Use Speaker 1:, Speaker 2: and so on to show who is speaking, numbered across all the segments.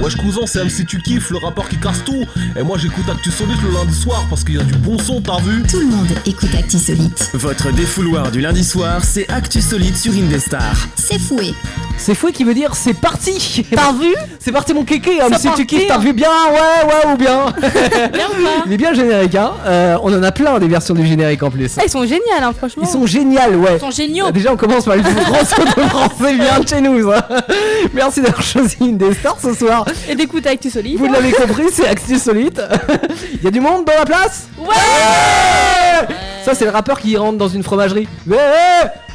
Speaker 1: Wesh cousin, c'est MC Tu Kiffes, le rappeur qui casse tout. Et moi j'écoute Actu Solide le lundi soir parce qu'il y a du bon son, t'as vu
Speaker 2: Tout le monde écoute Actisolite.
Speaker 3: Votre défouloir du lundi soir, c'est Actu Solide sur Indestar.
Speaker 2: C'est fouet.
Speaker 4: C'est fouet qui veut dire c'est parti
Speaker 5: T'as vu
Speaker 4: C'est parti mon kéké, hein,
Speaker 5: Ça
Speaker 4: si
Speaker 5: part
Speaker 4: tu kiffes,
Speaker 5: bien.
Speaker 4: t'as vu bien, ouais, ouais ou bien
Speaker 5: Bien ou pas
Speaker 4: Il est bien le générique, hein Euh, On en a plein des versions du générique en plus.
Speaker 5: Ah, Ils sont géniaux, hein, franchement.
Speaker 4: Ils sont géniaux, ouais.
Speaker 5: Ils sont géniaux.
Speaker 4: Ah, Déjà, on commence par une France de français bien de chez nous. hein. Merci d'avoir choisi une des stars ce soir.
Speaker 5: Et d'écoute avec tu solide.
Speaker 4: Vous l'avez compris, c'est Actu Solide. Il y a du monde dans la place
Speaker 5: Ouais
Speaker 4: Ça, c'est le rappeur qui rentre dans une fromagerie. Ouais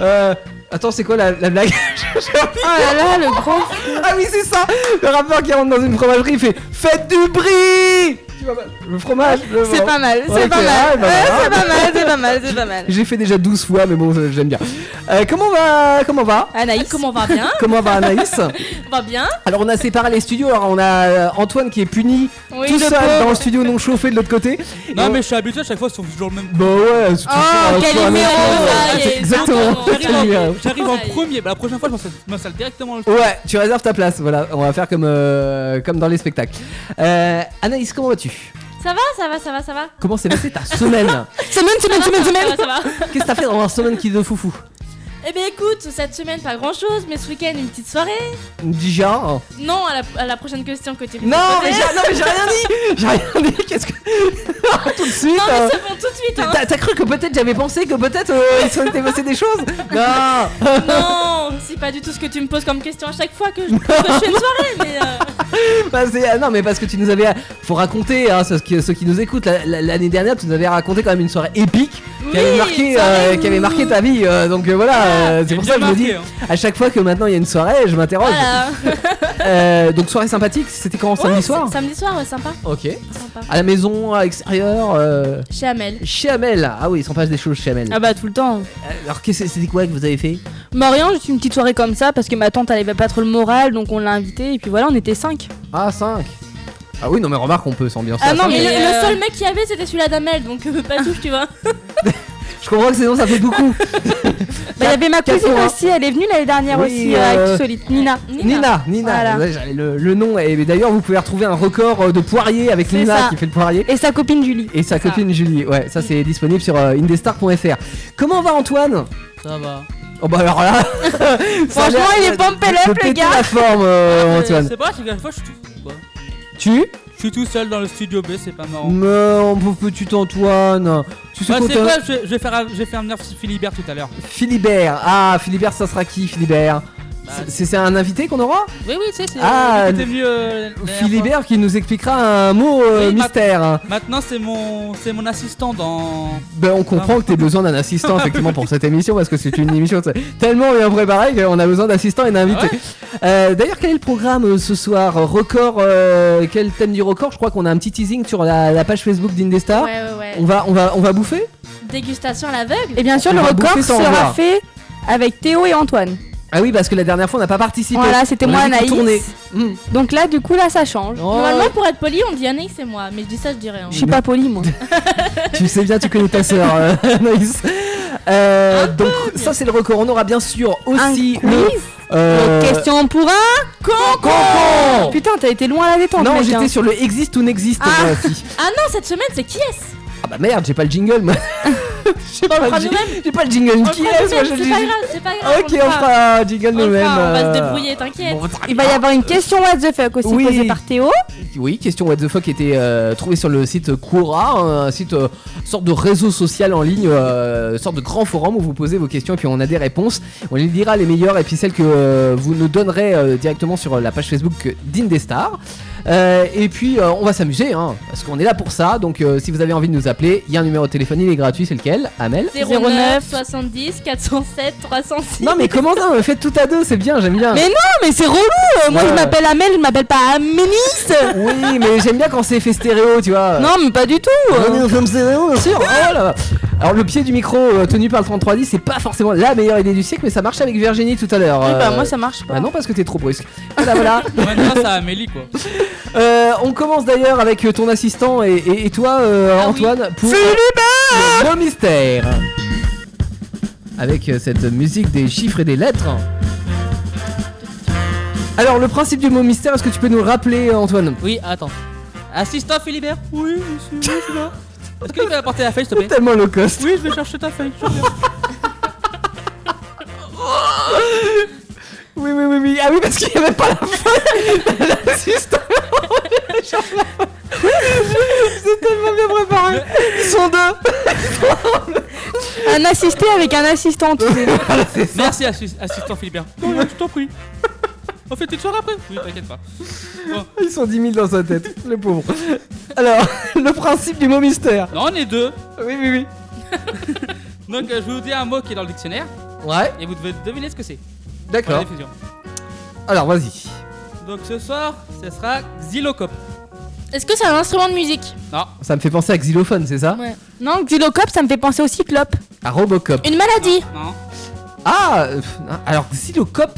Speaker 4: Euh, Attends, c'est quoi la, la blague J'ai oublié.
Speaker 5: Oh là là, le grand.
Speaker 4: Ah oui, c'est ça Le rappeur qui rentre dans une fromagerie, il fait Faites du bruit Tu vois pas, Le fromage le-
Speaker 5: C'est pas mal, c'est
Speaker 4: Ouais,
Speaker 5: pas
Speaker 4: ok, ouais,
Speaker 5: mal.
Speaker 4: bah,
Speaker 5: Ouais,
Speaker 4: voilà.
Speaker 5: c'est pas mal, c'est pas mal, c'est pas mal.
Speaker 4: J'ai fait déjà 12 fois, mais bon, je- j'aime bien. Euh, comment va Comment va
Speaker 5: Anaïs, comment on va bien
Speaker 4: Comment va Anaïs
Speaker 5: On va bien
Speaker 4: Alors on a séparé les studios, alors on a euh, Antoine qui est puni
Speaker 5: Oui,
Speaker 4: tout
Speaker 5: le
Speaker 4: seul
Speaker 5: pauvre.
Speaker 4: dans le studio non chauffé de l'autre côté. Et
Speaker 6: Non
Speaker 4: on-
Speaker 6: mais je suis habitué à chaque fois, ils sont toujours le même.
Speaker 4: Bah ouais, c'est
Speaker 5: Oh, quel
Speaker 4: Antoine,
Speaker 5: numéro,
Speaker 4: Antoine,
Speaker 5: ça y
Speaker 4: ouais,
Speaker 5: est,
Speaker 4: c'est Exactement.
Speaker 5: pardon,
Speaker 4: c'est bien.
Speaker 6: J'arrive en, j'arrive en
Speaker 5: Aïe.
Speaker 6: premier, bah, la prochaine fois je m'installe- je m'installe directement le
Speaker 4: Ouais, tu réserves ta place, voilà, on va faire comme, euh, comme dans les spectacles. Euh, Anaïs, comment vas-tu
Speaker 7: Ça va, ça va, ça va, ça va.
Speaker 4: Comment s'est passée ta semaine
Speaker 5: Semaine, semaine, semaine,
Speaker 7: Ça
Speaker 5: semaine
Speaker 7: va, ça va.
Speaker 4: Qu'est-ce que t'as fait dans la semaine qui est de foufou
Speaker 7: Eh ben écoute, cette semaine pas grand chose, mais ce week-end une petite soirée.
Speaker 4: Déjà hein.
Speaker 7: Non, à la, à la prochaine question que tu
Speaker 4: Non mais j'ai non, mais j'ai rien dit J'ai rien dit, qu'est-ce que... tout de suite
Speaker 7: Non,
Speaker 4: euh,
Speaker 7: mais c'est bon, tout de suite. hein.
Speaker 4: T'as t'as cru que peut-être j'avais pensé que peut-être euh, il s'était passé des choses Non
Speaker 7: Non, c'est pas du tout ce que tu me poses comme question à chaque fois que je, que je fais une soirée, mais. euh,
Speaker 4: Bah, c'est- ah, non mais parce que tu nous avais faut raconter hein, ceux, qui, ceux qui nous écoutent la- la- l'année dernière tu nous avais raconté quand même une soirée épique qui
Speaker 7: Oui,
Speaker 4: avait marqué
Speaker 7: une soirée
Speaker 4: euh, qui avait marqué ta vie euh, donc euh, voilà euh, c'est
Speaker 6: Il
Speaker 4: pour
Speaker 6: est
Speaker 4: ça que je
Speaker 6: bien
Speaker 4: me dis
Speaker 6: marqué,
Speaker 4: à chaque fois que maintenant il y a une soirée je m'interroge
Speaker 7: Voilà.
Speaker 4: Euh, donc soirée sympathique c'était quand samedi
Speaker 7: Ouais,
Speaker 4: soir
Speaker 7: c'est- Samedi soir, ouais, sympa.
Speaker 4: ok
Speaker 7: sympa.
Speaker 4: à la maison à l'extérieur euh,
Speaker 7: Chez Amel.
Speaker 4: chez Amel ah oui il s'en passe des choses chez Amel Euh,
Speaker 5: Ah bah tout le temps.
Speaker 4: alors qu'est-ce que c'était quoi que vous avez fait
Speaker 5: Marianne, j'ai fait Bah, une petite soirée comme ça parce que ma tante elle avait pas trop le moral donc on l'a invitée et puis voilà on était 5.
Speaker 4: ah 5 ah oui non mais remarque on peut s'ambiancer
Speaker 5: Ah
Speaker 4: à
Speaker 5: non,
Speaker 4: cinq.
Speaker 7: Mais
Speaker 5: mais
Speaker 7: le,
Speaker 5: euh,
Speaker 7: le seul mec qu'il y avait, c'était celui-là d'Amel, donc euh, pas touche, tu vois.
Speaker 4: je comprends que sinon ça fait beaucoup
Speaker 5: Bah il y avait ma
Speaker 4: quatre
Speaker 5: cousine
Speaker 4: euros, hein.
Speaker 5: aussi, elle est venue l'année dernière
Speaker 4: Oui,
Speaker 5: aussi
Speaker 4: euh,
Speaker 5: avec tout solide. Nina.
Speaker 4: Nina, Nina,
Speaker 5: Voilà.
Speaker 4: Ouais, j'avais le, le nom. Et mais d'ailleurs, vous pouvez retrouver un record euh, de poirier avec
Speaker 5: C'est
Speaker 4: Nina
Speaker 5: ça.
Speaker 4: qui fait le poirier.
Speaker 5: Et sa copine Julie.
Speaker 4: Et sa copine Julie, ouais, ça c'est disponible sur euh, indestar.fr. Comment va Antoine
Speaker 6: Ça va.
Speaker 4: Oh bah alors là, ça a l'air
Speaker 5: Franchement il est pompé
Speaker 4: de
Speaker 5: up
Speaker 4: péter
Speaker 5: les gars
Speaker 4: la forme,
Speaker 6: Ah,
Speaker 4: euh, Antoine.
Speaker 6: C'est pas, grave, chaque fois je suis tout. bah,
Speaker 4: Tu
Speaker 6: Je suis tout seul dans le studio B, c'est pas marrant.
Speaker 4: Mais on peut petit Antoine. Tu sais
Speaker 6: Bah,
Speaker 4: qu'on
Speaker 6: c'est
Speaker 4: t'a-
Speaker 6: quoi je, vais- je vais faire, un- je vais faire venir Philibert tout à l'heure.
Speaker 4: Philibert. Ah, Philibert, ça sera qui Philibert
Speaker 6: Bah,
Speaker 4: C'est c'est un invité qu'on aura
Speaker 6: Oui, oui, tu sais, c'est.
Speaker 4: Ah,
Speaker 6: euh, j'écoutais mieux, euh, la dernière
Speaker 4: Philibert qui nous expliquera un mot euh,
Speaker 6: Oui, ma-
Speaker 4: mystère.
Speaker 6: fois. Maintenant, c'est mon, c'est mon assistant dans.
Speaker 4: Ben, on comprend que t'aies besoin d'un assistant effectivement pour cette émission parce que c'est une émission tu sais, tellement bien préparée qu'on a besoin d'assistants et d'invités.
Speaker 6: Ah
Speaker 4: Euh, D'ailleurs, quel est le programme euh, ce soir Record euh, Quel thème du record Je crois qu'on a un petit teasing sur la, la page Facebook d'Indestar.
Speaker 7: Ouais, ouais, ouais.
Speaker 4: On va, on va, on va bouffer
Speaker 7: Dégustation à l'aveugle.
Speaker 5: Et bien sûr
Speaker 4: On
Speaker 5: le
Speaker 4: va
Speaker 5: record
Speaker 4: bouffer sans
Speaker 5: sera
Speaker 4: revoir.
Speaker 5: fait avec Théo et Antoine.
Speaker 4: Ah oui, parce que la dernière fois on n'a pas participé.
Speaker 5: Voilà c'était
Speaker 4: On
Speaker 5: moi
Speaker 4: a dit qu'on
Speaker 5: Anaïs.
Speaker 4: tournait. Mm.
Speaker 5: Donc là du coup là ça change.
Speaker 4: Oh,
Speaker 7: Normalement, pour être poli, on dit Annick, c'est moi, mais je dis ça, je dis rien.
Speaker 5: Je suis pas poli moi.
Speaker 4: tu sais bien, tu connais ta sœur euh, Anaïs. Euh, donc ça c'est le record. On aura bien sûr aussi
Speaker 5: Un
Speaker 4: le
Speaker 5: quiz.
Speaker 4: euh,
Speaker 5: Question pour un
Speaker 4: concours.
Speaker 5: Putain t'as été loin à la détente
Speaker 4: Non,
Speaker 5: mec, hein.
Speaker 4: j'étais sur le existe ou n'existe.
Speaker 5: Ah.
Speaker 4: moi aussi.
Speaker 7: Ah non, cette semaine, c'est qui est-ce
Speaker 4: Ah bah merde, j'ai pas le jingle moi. J'ai pas, le
Speaker 7: fera
Speaker 4: jing-
Speaker 7: nous-mêmes.
Speaker 4: j'ai pas le jingle
Speaker 7: On le
Speaker 4: qui
Speaker 7: fera
Speaker 4: est, moi
Speaker 7: nous-mêmes,
Speaker 4: je le
Speaker 7: C'est
Speaker 4: dis-
Speaker 7: pas grave, c'est pas grave.
Speaker 4: Ok,
Speaker 7: le
Speaker 4: on
Speaker 7: fera.
Speaker 4: fera un jingle
Speaker 7: On le
Speaker 4: nous-mêmes.
Speaker 7: fera, on va se
Speaker 4: euh,
Speaker 7: débrouiller, t'inquiète.
Speaker 4: bon, très
Speaker 5: Il va y
Speaker 4: bien.
Speaker 5: avoir une question what the fuck aussi
Speaker 4: Oui.
Speaker 5: posée par Théo.
Speaker 4: Oui, question What the fuck qui était euh, trouvée sur le site Quora, un site euh, sorte de réseau social en ligne, euh, sorte de grand forum où vous posez vos questions et puis on a des réponses. On les dira les meilleures et puis celles que euh, vous nous donnerez euh, directement sur euh, la page Facebook d'Indestar. Euh, et puis euh, on va s'amuser, hein, parce qu'on est là pour ça. Donc euh, si vous avez envie de nous appeler, il y a un numéro de téléphone, il est gratuit, c'est lequel Amel
Speaker 7: 09 70 407 306.
Speaker 4: Non mais comment ça Faites tout à deux, c'est bien, j'aime bien.
Speaker 5: Mais Non mais c'est relou euh, Moi
Speaker 4: Ouais.
Speaker 5: je m'appelle Amel, je m'appelle pas Amélis
Speaker 4: Oui, mais j'aime bien quand c'est fait stéréo, tu vois.
Speaker 5: Non mais pas du tout euh.
Speaker 4: Revenir comme stéréo, bien sûr. Oh là là. Alors le pied du micro euh, tenu par le 3310, c'est pas forcément la meilleure idée du siècle, mais ça marchait avec Virginie tout à l'heure.
Speaker 5: Eh bah
Speaker 4: Euh,
Speaker 5: moi ça marche pas.
Speaker 4: bah non parce que t'es trop brusque. Voilà voilà.
Speaker 6: Maintenant, c'est à Amélie, quoi.
Speaker 4: Euh, on commence d'ailleurs avec euh, ton assistant et, et- et toi euh,
Speaker 7: Ah oui.
Speaker 4: Antoine pour le mot mystère. Avec euh, cette musique des chiffres et des lettres. Alors, le principe du mot mystère, est-ce que tu peux nous rappeler, euh, Antoine
Speaker 6: Oui, attends. Assistant Philibert Oui, monsieur, oui, je suis là. Est-ce que tu peux apporter la feuille, s'il te plaît
Speaker 4: Tellement low cost.
Speaker 6: Oui, je vais chercher ta feuille. je viens.
Speaker 4: Oui, oui, oui, oui. Ah oui, parce qu'il n'y avait pas la fin. L'assistant. Genre la- C'est tellement bien préparé. Ils sont deux.
Speaker 5: Un assisté avec un assistant, tu sais.
Speaker 6: Merci, assi- assistant Philibert. Non, non, je t'en prie. On fait une soirée après Oui, t'inquiète pas.
Speaker 4: Ils sont 10 000 dans sa tête. Le pauvre. Alors, le principe du mot mystère.
Speaker 6: Non, on est deux.
Speaker 4: Oui, oui, oui.
Speaker 6: Donc, euh, je vais vous dire un mot qui est dans le dictionnaire
Speaker 4: Ouais,
Speaker 6: et vous devez deviner ce que c'est. Par la
Speaker 4: d'accord.
Speaker 6: diffusion.
Speaker 4: Alors, vas-y.
Speaker 6: Donc, ce soir, ce sera xylocope.
Speaker 7: Est-ce que c'est un instrument de musique
Speaker 6: Non,
Speaker 4: Ça me fait penser à xylophone, c'est ça
Speaker 7: Ouais.
Speaker 5: Non, xylocope, ça me fait penser au cyclope.
Speaker 4: À Robocop.
Speaker 7: Une maladie
Speaker 6: non.
Speaker 4: Ah euh, pff, non, Alors, xylocop.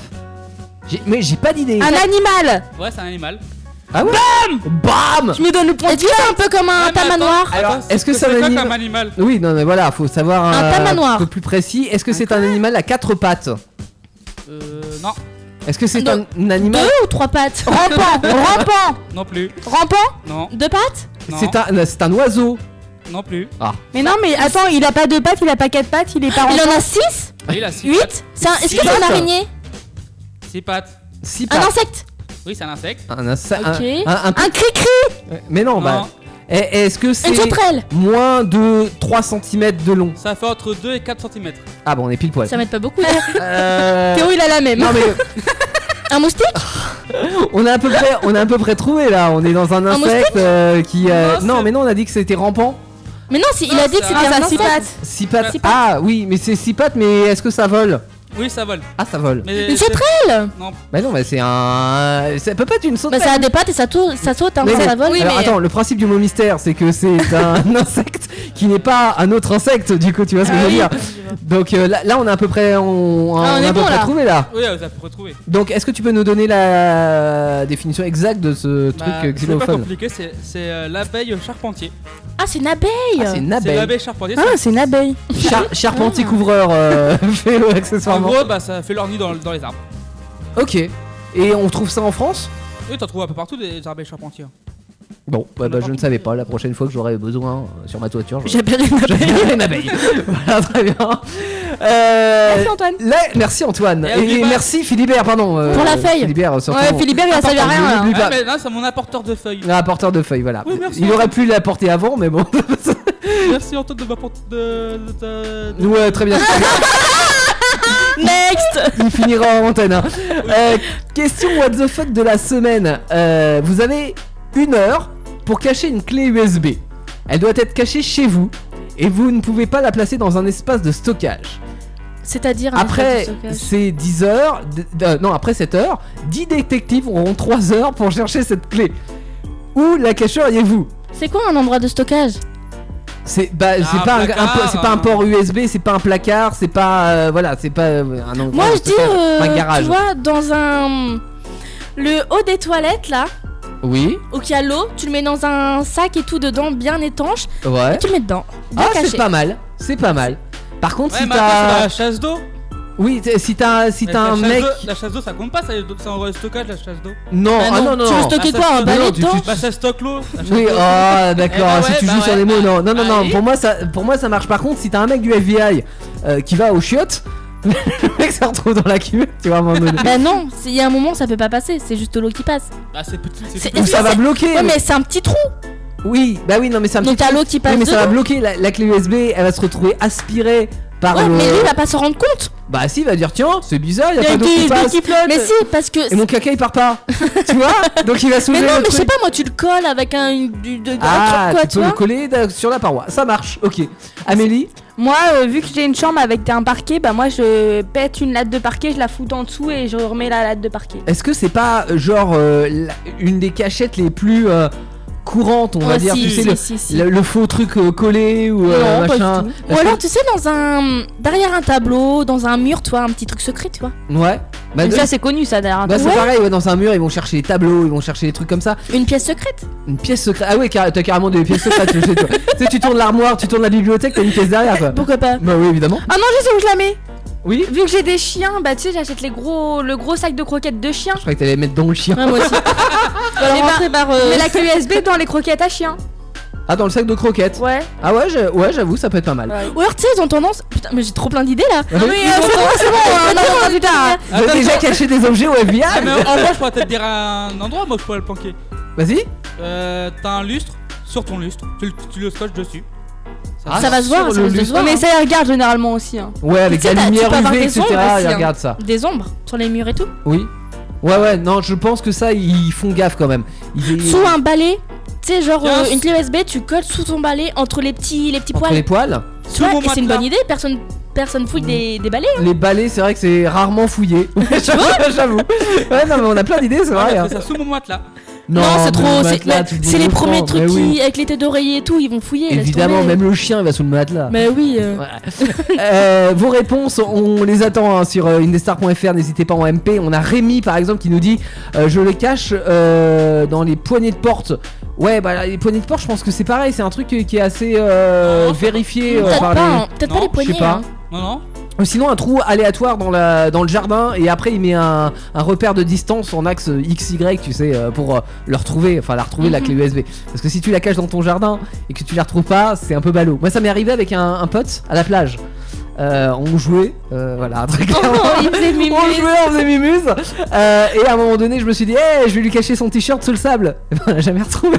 Speaker 4: j'ai- Mais j'ai pas d'idée.
Speaker 5: Un animal
Speaker 6: Ouais, c'est un animal.
Speaker 4: Ah ouais Bam
Speaker 5: Je me donne le point
Speaker 7: Est-ce que c'est un peu comme un
Speaker 6: Ouais, mais attends,
Speaker 7: tamanoir
Speaker 4: Alors,
Speaker 6: attends,
Speaker 4: est-ce que ça
Speaker 6: c'est quoi
Speaker 4: l'anime-
Speaker 6: comme animal
Speaker 4: Oui, non, mais voilà, faut savoir
Speaker 7: Un
Speaker 4: euh,
Speaker 7: tamanoir.
Speaker 4: peu plus précis. Est-ce que c'est un animal à quatre pattes
Speaker 6: Euh, non,
Speaker 4: Est-ce que c'est un,
Speaker 7: Non.
Speaker 4: un animal
Speaker 7: Deux ou trois pattes
Speaker 5: Rampant Rampant
Speaker 6: non plus.
Speaker 5: Rampant
Speaker 6: Non,
Speaker 7: Deux pattes
Speaker 6: non,
Speaker 4: C'est un, c'est un oiseau.
Speaker 6: non plus.
Speaker 5: Mais non, mais attends, il a pas deux pattes, il a pas quatre pattes, il est pas
Speaker 7: Il
Speaker 5: rampant.
Speaker 7: en a six
Speaker 6: Oui, la six pattes.
Speaker 7: Huit C'est un- Est-ce que c'est
Speaker 4: Six
Speaker 7: une araignée
Speaker 6: Six pattes.
Speaker 4: Six
Speaker 7: Un
Speaker 5: Ah,
Speaker 4: pattes.
Speaker 7: insecte
Speaker 6: Oui, c'est un insecte.
Speaker 4: Un, insa- un-
Speaker 7: Ok.
Speaker 4: un- un-
Speaker 7: Un cri-cri
Speaker 4: Mais non, bah.
Speaker 6: Non,
Speaker 4: Eh, Est-ce que
Speaker 7: Une
Speaker 4: c'est
Speaker 7: sauterelle
Speaker 4: moins de 3 cm de long
Speaker 6: ça fait entre 2 et 4 cm.
Speaker 4: Ah bon, on est pile poil.
Speaker 7: Ça m'aide pas beaucoup.
Speaker 4: Euh,
Speaker 5: Théo, il a la même.
Speaker 4: Non mais
Speaker 7: un moustique
Speaker 4: on a à peu près, on a à peu près trouvé là. On est dans un insecte euh, qui. euh,
Speaker 6: Non,
Speaker 4: Non,
Speaker 6: c'est-
Speaker 4: mais non, on a dit que c'était rampant.
Speaker 7: Mais non, c'est- il
Speaker 6: Non,
Speaker 7: a dit que
Speaker 6: ça-
Speaker 7: c'était
Speaker 5: Ah,
Speaker 7: un
Speaker 5: ça a six
Speaker 7: insecte.
Speaker 5: pattes.
Speaker 4: Six pattes.
Speaker 6: Six
Speaker 4: Ah oui, mais c'est six pattes. Mais est-ce que ça vole
Speaker 6: Oui, ça vole.
Speaker 4: Ah, ça vole.
Speaker 6: Mais
Speaker 7: Une
Speaker 6: c'est-
Speaker 7: sauterelle
Speaker 6: Non,
Speaker 4: Bah non, mais c'est un. Ça peut pas être une
Speaker 7: Bah
Speaker 4: sauterelle.
Speaker 7: ça a des pattes et ça, tourne, ça saute, hein,
Speaker 4: Mais-
Speaker 7: ça, ça vole.
Speaker 4: Alors attends, le principe du mot mystère, c'est que c'est un insecte qui n'est pas un autre insecte, du coup, tu vois ce que je veux dire. Donc euh, là, là, on a à peu près, on,
Speaker 7: Ah, on
Speaker 4: a à
Speaker 7: est
Speaker 4: peu
Speaker 7: bon,
Speaker 4: près
Speaker 7: là.
Speaker 4: trouvé là.
Speaker 6: oui, euh, vous avez retrouvé.
Speaker 4: Donc, est-ce que tu peux nous donner la définition exacte de ce truc
Speaker 6: Bah,
Speaker 4: euh,
Speaker 6: c'est pas
Speaker 4: xylophone
Speaker 6: compliqué, c'est c'est, euh, l'abeille charpentier.
Speaker 7: Ah, c'est une abeille
Speaker 4: Ah, C'est une
Speaker 6: C'est
Speaker 4: abeille.
Speaker 6: l'abeille charpentier.
Speaker 5: Ah, c'est une abeille.
Speaker 4: Char- charpentier couvreur, euh, fais-le
Speaker 6: c'est- en
Speaker 4: accessoirement.
Speaker 6: gros, bah, ça fait leur nid dans, dans les arbres.
Speaker 4: Ok. Et on trouve ça en France
Speaker 6: Oui, t'en trouves un peu partout des abeilles charpentiers.
Speaker 4: Bon, bah, bah,
Speaker 6: On a
Speaker 4: je ne
Speaker 6: partout.
Speaker 4: savais pas. La prochaine fois que j'aurai besoin euh, sur ma toiture, je-
Speaker 5: J'appelle une abeille.
Speaker 4: j'appellerai une abeille. voilà, très bien. Euh,
Speaker 5: Merci, Antoine.
Speaker 4: Là- merci Antoine.
Speaker 6: Et
Speaker 4: Et,
Speaker 6: n'oublie pas-
Speaker 4: merci Philibert, pardon. euh,
Speaker 5: Pour la feuille.
Speaker 4: Philibert, euh, surtout.
Speaker 5: Ouais, Philibert, il a servi à rien. hein. là.
Speaker 4: N'oublie
Speaker 6: Ah,
Speaker 4: pas.
Speaker 6: mais là, c'est mon apporteur de feuilles.
Speaker 4: Ah, porteur de feuille, voilà.
Speaker 6: Oui, merci.
Speaker 4: Il aurait pu la porter avant, mais bon.
Speaker 6: Merci Antoine de m'apporter de. de- de- de-
Speaker 4: ouais, très bien.
Speaker 5: Next
Speaker 4: Il finira en antenne. hein. Euh, question what the fuck de la semaine. Euh, vous avez une heure pour cacher une clé USB. Elle doit être cachée chez vous et vous ne pouvez pas la placer dans un espace de stockage.
Speaker 7: C'est-à-dire un
Speaker 4: Après
Speaker 7: espace de stockage.
Speaker 4: ces 10 heures, d- d- euh, non, après 7 heures, 10 détectives auront 3 heures pour chercher cette clé. Où la cacheriez-vous
Speaker 7: C'est quoi un endroit de stockage
Speaker 4: C'est bah,
Speaker 6: Ah,
Speaker 4: c'est
Speaker 6: un
Speaker 4: pas, un- un
Speaker 6: placard,
Speaker 4: po- c'est pas un
Speaker 6: hein.
Speaker 4: port USB, c'est pas un placard, c'est pas. euh, voilà, c'est pas euh, un endroit
Speaker 7: Moi,
Speaker 4: de
Speaker 7: je dis,
Speaker 4: stockage,
Speaker 7: euh,
Speaker 4: un garage.
Speaker 7: tu vois, dans un. Le haut des toilettes, là,
Speaker 4: Oui,
Speaker 7: où il y a l'eau, tu le mets dans un sac et tout dedans, bien étanche,
Speaker 4: ouais.
Speaker 7: et tu le mets dedans. Bien
Speaker 4: Ah,
Speaker 7: caché.
Speaker 4: c'est pas mal, c'est pas mal. Par contre,
Speaker 6: Ouais,
Speaker 4: si
Speaker 6: mais attends, c'est
Speaker 4: t'as.
Speaker 6: la chasse d'eau.
Speaker 4: Oui, t'es- si t'as si
Speaker 6: Mais
Speaker 4: t'as un
Speaker 6: la chasse
Speaker 4: mec.
Speaker 6: d'eau- La chasse d'eau, ça compte pas, c'est c'est en stockage la chasse d'eau.
Speaker 4: Non,
Speaker 5: Bah
Speaker 4: ah non,
Speaker 5: non,
Speaker 4: non.
Speaker 5: tu
Speaker 4: non.
Speaker 5: veux stocker
Speaker 6: ça
Speaker 5: quoi
Speaker 6: se
Speaker 5: Un
Speaker 6: peut.
Speaker 5: balai
Speaker 4: Non,
Speaker 5: de
Speaker 4: du-
Speaker 5: temps
Speaker 4: tu-
Speaker 6: Bah, ça stocke l'eau. la chasse
Speaker 4: Oui,
Speaker 6: d'eau.
Speaker 4: oh, d'accord,
Speaker 6: Eh bah
Speaker 4: si
Speaker 6: ouais,
Speaker 4: tu
Speaker 6: bah
Speaker 4: joues sur
Speaker 6: ouais,
Speaker 4: les mots,
Speaker 6: bah-
Speaker 4: non, non, non, non,
Speaker 6: allez.
Speaker 4: pour moi, ça, pour moi ça marche. Par contre, si t'as un mec du FBI euh, qui va aux chiottes, le mec se retrouve dans la cuvette, tu vois, à un moment donné.
Speaker 7: Bah non, c'est- il y a un moment, ça peut pas passer, c'est juste l'eau qui passe.
Speaker 6: Bah, c'est petit,
Speaker 7: C'est-
Speaker 6: c'est
Speaker 4: Ou
Speaker 6: petit.
Speaker 7: est-ce
Speaker 4: ça
Speaker 7: que
Speaker 4: va
Speaker 7: c'est-
Speaker 4: bloquer.
Speaker 7: Ouais, mais c'est un petit trou,
Speaker 4: Oui, bah oui, non, mais ça me
Speaker 7: donc t'as l'eau qui passe.
Speaker 4: Oui, mais ça
Speaker 7: dedans.
Speaker 4: va bloquer la, la clé USB, elle va se retrouver aspirée par
Speaker 7: Ouais,
Speaker 4: le.
Speaker 7: mais lui, il va pas s'en rendre compte.
Speaker 4: Bah si, il va dire tiens, c'est bizarre, il y a
Speaker 5: Il y a
Speaker 4: pas
Speaker 5: une
Speaker 4: d'eau qui
Speaker 5: clé USB
Speaker 4: passe.
Speaker 5: qui flotte.
Speaker 7: Mais si, parce que.
Speaker 4: Et mon caca il part pas, tu vois Donc il va
Speaker 7: Mais
Speaker 4: soulever
Speaker 7: non,
Speaker 4: le
Speaker 7: mais je sais
Speaker 4: truc.
Speaker 7: pas, moi, tu le colles avec un. une- du- de- un
Speaker 4: Ah,
Speaker 7: truc, quoi,
Speaker 4: tu
Speaker 7: tu
Speaker 4: peux le
Speaker 7: vois.
Speaker 4: coller da- sur la paroi, ça marche, ok. Amélie
Speaker 5: Moi, euh, vu que j'ai une chambre avec un parquet, bah moi je pète une latte de parquet, je la fous en dessous et je remets la latte de parquet.
Speaker 4: Est-ce que c'est pas euh, genre euh, la- une des cachettes les plus euh, courantes, on va
Speaker 7: Ouais,
Speaker 4: dire,
Speaker 7: si,
Speaker 4: tu sais,
Speaker 7: si,
Speaker 4: le,
Speaker 7: si, si.
Speaker 4: le- le faux truc euh, collé ou euh,
Speaker 7: Non, pas du
Speaker 4: machin
Speaker 7: tout. Ou
Speaker 4: Parce que-
Speaker 7: alors, tu sais, dans un. derrière un tableau, dans un mur, tu vois, un petit truc secret, tu vois.
Speaker 4: Ouais. Bah,
Speaker 5: Donc
Speaker 4: de-
Speaker 5: ça c'est connu ça hein. derrière. un
Speaker 4: bah,
Speaker 5: truc.
Speaker 4: c'est pareil, ouais, dans un mur ils vont chercher les tableaux, ils vont chercher les trucs comme ça.
Speaker 7: Une pièce secrète.
Speaker 4: Une pièce secrète. Ah ouais, car- t'as carrément des pièces secrètes chez toi. tu sais, tu tournes l'armoire, tu tournes la bibliothèque, t'as une pièce derrière quoi.
Speaker 7: Pourquoi pas
Speaker 4: Bah oui, évidemment.
Speaker 5: Ah non, je sais où je la mets
Speaker 4: Oui
Speaker 5: Vu que j'ai des chiens, bah tu sais, j'achète les gros, le gros sac de croquettes de chien.
Speaker 4: Je croyais que t'allais mettre dans le chien.
Speaker 7: Ouais, moi aussi. Je
Speaker 5: Eh
Speaker 7: vais leur
Speaker 5: ben,
Speaker 7: rentrer par. euh,
Speaker 5: Mais la clé USB dans les croquettes à chien.
Speaker 4: Ah, dans le sac de croquettes.
Speaker 5: Ouais.
Speaker 4: Ah ouais, je- ouais, j'avoue, ça peut être pas mal.
Speaker 7: Ou alors, tu sais, ils ont tendance. Putain, mais j'ai trop plein d'idées là.
Speaker 4: Non, mais, euh,
Speaker 7: Ils ont tendance-
Speaker 5: c'est bon, non, non, putain.
Speaker 4: J'ai déjà caché des objets au
Speaker 6: Ah, mais
Speaker 4: FBI.
Speaker 6: en vrai, je pourrais peut-être dire un endroit, moi, que je pourrais le planquer.
Speaker 4: Vas-y.
Speaker 6: Euh, t'as un lustre, sur ton lustre, tu, le- tu le scotches dessus.
Speaker 4: Ah,
Speaker 7: ça va se voir,
Speaker 4: sur
Speaker 7: ça
Speaker 4: le
Speaker 7: risque de se
Speaker 4: lustre.
Speaker 7: voir. hein.
Speaker 5: Mais ça, ils regardent généralement aussi. hein.
Speaker 4: Ouais, avec
Speaker 7: Tu
Speaker 4: la
Speaker 7: sais, t'as- tu
Speaker 4: lumière
Speaker 7: peux avoir
Speaker 4: UV,
Speaker 7: des
Speaker 4: etc.
Speaker 7: ombres aussi,
Speaker 4: ils
Speaker 7: hein.
Speaker 4: regardent ça.
Speaker 7: Des ombres sur les murs et tout.
Speaker 4: Oui. Ouais, ouais, non, je pense que ça, ils font gaffe quand même. Ils,
Speaker 7: Sous un balai. Tu sais, genre
Speaker 6: Tiens,
Speaker 7: euh,
Speaker 6: sous-
Speaker 7: une clé USB, tu colles sous ton balai entre les petits, les petits
Speaker 4: entre les
Speaker 7: poils.
Speaker 4: poils.
Speaker 6: Sous
Speaker 7: Ouais,
Speaker 6: mon
Speaker 7: et c'est une
Speaker 6: matelas.
Speaker 7: bonne idée, personne, personne
Speaker 4: Mm.
Speaker 7: fouille des, des balais.
Speaker 4: Les balais, c'est vrai que c'est rarement fouillé. J'avoue. Ouais, non, mais on a plein d'idées, c'est
Speaker 6: Ah,
Speaker 4: vrai.
Speaker 6: mais
Speaker 4: hein.
Speaker 6: c'est ça sous mon matelas.
Speaker 4: mais
Speaker 7: c'est trop.
Speaker 4: le
Speaker 7: C'est
Speaker 4: matelas,
Speaker 7: mais
Speaker 4: tu le
Speaker 7: c'est les
Speaker 4: déroules
Speaker 7: premiers
Speaker 4: pas,
Speaker 7: trucs
Speaker 4: mais
Speaker 7: qui,
Speaker 4: oui.
Speaker 7: avec les têtes d'oreiller et tout, ils vont fouiller. laisse
Speaker 4: Évidemment,
Speaker 7: tomber.
Speaker 4: même le chien, il va sous le matelas.
Speaker 7: Mais oui. euh.
Speaker 4: Euh, vos réponses, on les attend hein, sur euh, indestar.fr, n'hésitez pas en MP. On a Rémi par exemple qui nous dit euh, Je le cache euh, dans les poignées de porte. Ouais, bah les poignées de porte, je pense que c'est pareil, c'est un truc qui qui est assez euh,
Speaker 6: Non,
Speaker 4: vérifié euh,
Speaker 7: Peut-être
Speaker 4: par
Speaker 7: pas,
Speaker 4: les.
Speaker 7: hein, peut-être pas
Speaker 6: Non,
Speaker 7: les
Speaker 4: je sais
Speaker 7: poignets.
Speaker 4: pas.
Speaker 7: hein.
Speaker 6: Non, non.
Speaker 4: Ou sinon, un trou aléatoire dans, la, dans le jardin et après il met un, un repère de distance en axe XY, tu sais, euh, pour euh, le retrouver, enfin la retrouver la clé
Speaker 5: Mhm.
Speaker 4: USB. Parce que si tu la caches dans ton jardin et que tu la retrouves pas, c'est un peu ballot. Moi, ça m'est arrivé avec un, un pote à la plage. Euh, on jouait, euh, voilà, très clairement.
Speaker 5: Oh,
Speaker 7: il faisait mimuse.
Speaker 4: On jouait, on faisait mimuse. Euh, et à un moment donné, je me suis dit, Eh, je vais lui cacher son t-shirt sous le sable. Et ben, on l'a jamais retrouvé.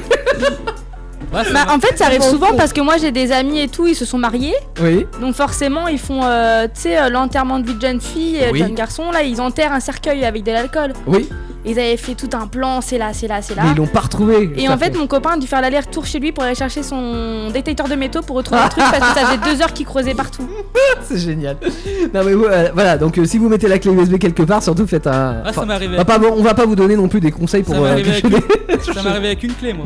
Speaker 6: Ouais, c'est
Speaker 5: Bah, en fait, ça arrive
Speaker 4: Bon,
Speaker 5: souvent
Speaker 4: bon.
Speaker 5: parce que moi, j'ai des amis et tout, ils se sont mariés.
Speaker 4: Oui.
Speaker 5: Donc forcément, ils font, euh, tu sais, euh, l'enterrement de vie de jeune fille, euh, de
Speaker 4: Oui.
Speaker 5: jeune garçon. Là, ils enterrent un cercueil avec de l'alcool.
Speaker 4: Oui.
Speaker 5: Ils avaient fait tout un plan, c'est là, c'est là, c'est là.
Speaker 4: Mais ils l'ont pas retrouvé.
Speaker 5: Et
Speaker 4: Ça
Speaker 5: en fait, mon copain a dû faire l'aller-retour chez lui pour aller chercher son détecteur de métaux pour retrouver le truc parce que ça faisait deux heures qu'il creusait partout.
Speaker 4: Oh. C'est génial. Non mais ouais, voilà, donc euh, si vous mettez la clé USB quelque part, surtout faites un.
Speaker 6: Ah, ça
Speaker 4: enfin,
Speaker 6: m'est arrivé.
Speaker 4: on va pas, on va pas vous donner non plus des conseils pour
Speaker 6: Ça m'est
Speaker 4: euh,
Speaker 6: arrivé
Speaker 4: cacher
Speaker 6: avec
Speaker 4: des-
Speaker 6: Ça m'est arrivé avec une clé, moi.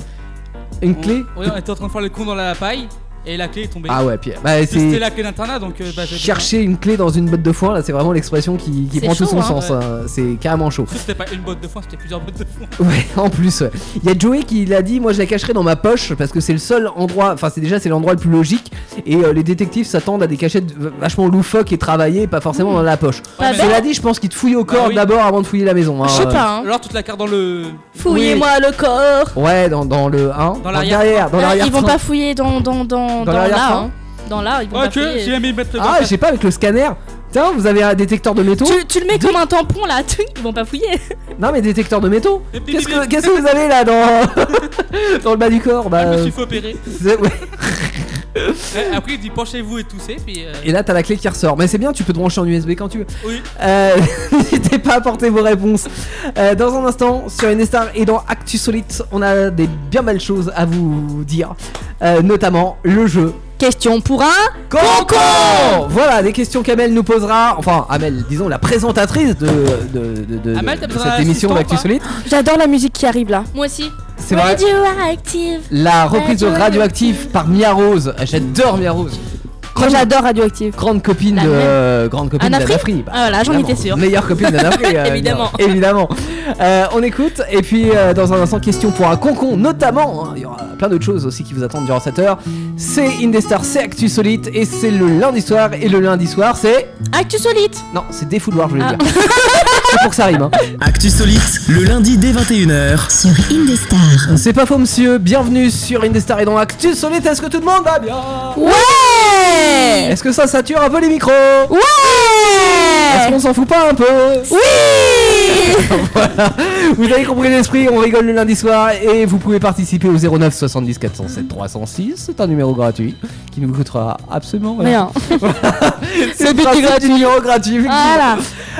Speaker 4: une clé.
Speaker 6: On, ouais, on était en train de faire le con dans la paille et la clé est tombée.
Speaker 4: Ah ouais, puis bah,
Speaker 6: C'était
Speaker 4: c'est
Speaker 6: la clé d'internat donc euh, bah, j'ai-
Speaker 4: chercher une clé dans une botte de foin. Là, c'est vraiment l'expression qui, qui
Speaker 7: C'est
Speaker 4: prend tout
Speaker 7: chaud,
Speaker 4: son
Speaker 7: hein,
Speaker 4: sens.
Speaker 6: ouais.
Speaker 4: hein. C'est carrément chaud.
Speaker 6: Sauf que C'était pas une botte de foin, c'était plusieurs bottes de foin.
Speaker 4: Ouais, en plus. ouais. Il y a Joey qui l'a dit, moi je la cacherai dans ma poche parce que c'est le seul endroit, enfin c'est déjà c'est l'endroit le plus logique et euh, les détectives s'attendent à des cachettes v- vachement loufoques et travaillées, pas forcément dans la poche.
Speaker 7: Mmh.
Speaker 6: mais-
Speaker 7: Pas bête.
Speaker 4: Cela dit, je pense qu'ils te fouillent au
Speaker 6: Bah
Speaker 4: corps
Speaker 6: oui.
Speaker 4: d'abord avant de fouiller la maison. hein.
Speaker 7: Je sais pas. hein.
Speaker 6: Alors toute la carte dans le.
Speaker 7: Fouillez-moi le corps.
Speaker 4: Ouais, dans, dans le 1.
Speaker 6: Dans l'arrière-
Speaker 4: derrière, dans
Speaker 7: Ah,
Speaker 4: l'arrière.
Speaker 7: ils vont pas fouiller dans, dans, dans,
Speaker 4: Dans
Speaker 7: dans là.
Speaker 4: l'arrière-train.
Speaker 7: Hein. Dans là, ils vont
Speaker 6: Ah, Ok,
Speaker 7: pas fouiller.
Speaker 5: euh,
Speaker 6: j'ai aimé mettre le
Speaker 4: Ah,
Speaker 6: bon
Speaker 4: je sais pas, avec le scanner. Tiens, vous avez un détecteur de métaux
Speaker 7: Tu, tu le mets comme un tampon là, tu- ils vont pas fouiller.
Speaker 4: Non, mais détecteur de métaux
Speaker 6: Et puis,
Speaker 4: Qu'est-ce
Speaker 6: puis,
Speaker 4: que,
Speaker 6: puis.
Speaker 4: qu'est-ce que vous avez là dans, dans le bas du corps
Speaker 6: Ah,
Speaker 4: bah,
Speaker 6: Je me suis fait opérer.
Speaker 4: c'est- ouais.
Speaker 6: Ouais, Après, il dit penchez-vous et toussez, puis. euh,
Speaker 4: Et là, t'as la clé qui ressort. Mais c'est bien, tu peux te brancher en USB quand tu veux.
Speaker 6: Oui.
Speaker 4: Euh, N'hésitez pas à porter vos réponses. Euh, dans un instant, sur Enestar et dans Actu Solite, on a des bien belles choses à vous dire. Euh, notamment le jeu
Speaker 7: Question pour un.
Speaker 4: Concours Voilà, des questions qu'Amel nous posera, enfin Amel, disons la présentatrice de, de, de- de-
Speaker 6: Amel, t'as
Speaker 4: de
Speaker 6: besoin
Speaker 4: cette
Speaker 6: d'un
Speaker 4: émission
Speaker 6: assistant,
Speaker 4: d'Actu
Speaker 6: pas
Speaker 4: Solide.
Speaker 5: J'adore la musique qui arrive là.
Speaker 7: Moi aussi.
Speaker 4: C'est vrai,
Speaker 7: Radioactive.
Speaker 4: la reprise de
Speaker 7: Radioactive.
Speaker 4: Radioactive par Mia Rose. J'adore Mia Rose.
Speaker 5: Moi, j'adore Radioactive.
Speaker 4: Grande copine
Speaker 7: La
Speaker 4: de.
Speaker 7: même.
Speaker 4: euh, grande copine
Speaker 7: Anna
Speaker 4: d'Anna
Speaker 7: Free
Speaker 4: Free, bah,
Speaker 7: Ah voilà, j'en
Speaker 4: évidemment.
Speaker 7: étais sûre.
Speaker 4: Meilleure copine d'Anna Free, euh,
Speaker 7: Évidemment.
Speaker 4: Mia- évidemment. Euh, on écoute, et puis euh, dans un instant, question pour un concon, notamment. hein, Il y aura plein d'autres choses aussi qui vous attendent durant cette heure. C'est Indestar, c'est Actu Solite, et c'est le lundi soir, et le lundi soir, c'est.
Speaker 7: Actu solide.
Speaker 4: Non, c'est défouloir, je voulais
Speaker 7: Ah.
Speaker 4: dire. c'est pour que ça rime, hein.
Speaker 3: Actu Solite, le lundi dès 21h.
Speaker 2: Sur Indestar.
Speaker 4: C'est pas faux monsieur, bienvenue sur Indestar et dans Actu Solite, est-ce que tout le monde va bien
Speaker 7: Ouais.
Speaker 4: Est-ce que ça sature un peu les micros Est-ce
Speaker 7: Ouais.
Speaker 4: qu'on s'en fout pas un peu
Speaker 7: Oui.
Speaker 4: Vous avez compris l'esprit, on rigole le lundi soir et vous pouvez participer au 09 70 407 306, c'est un numéro gratuit qui ne vous coûtera absolument rien.
Speaker 7: Rien.
Speaker 4: C'est le but du numéro gratuit. effectivement.
Speaker 7: Voilà.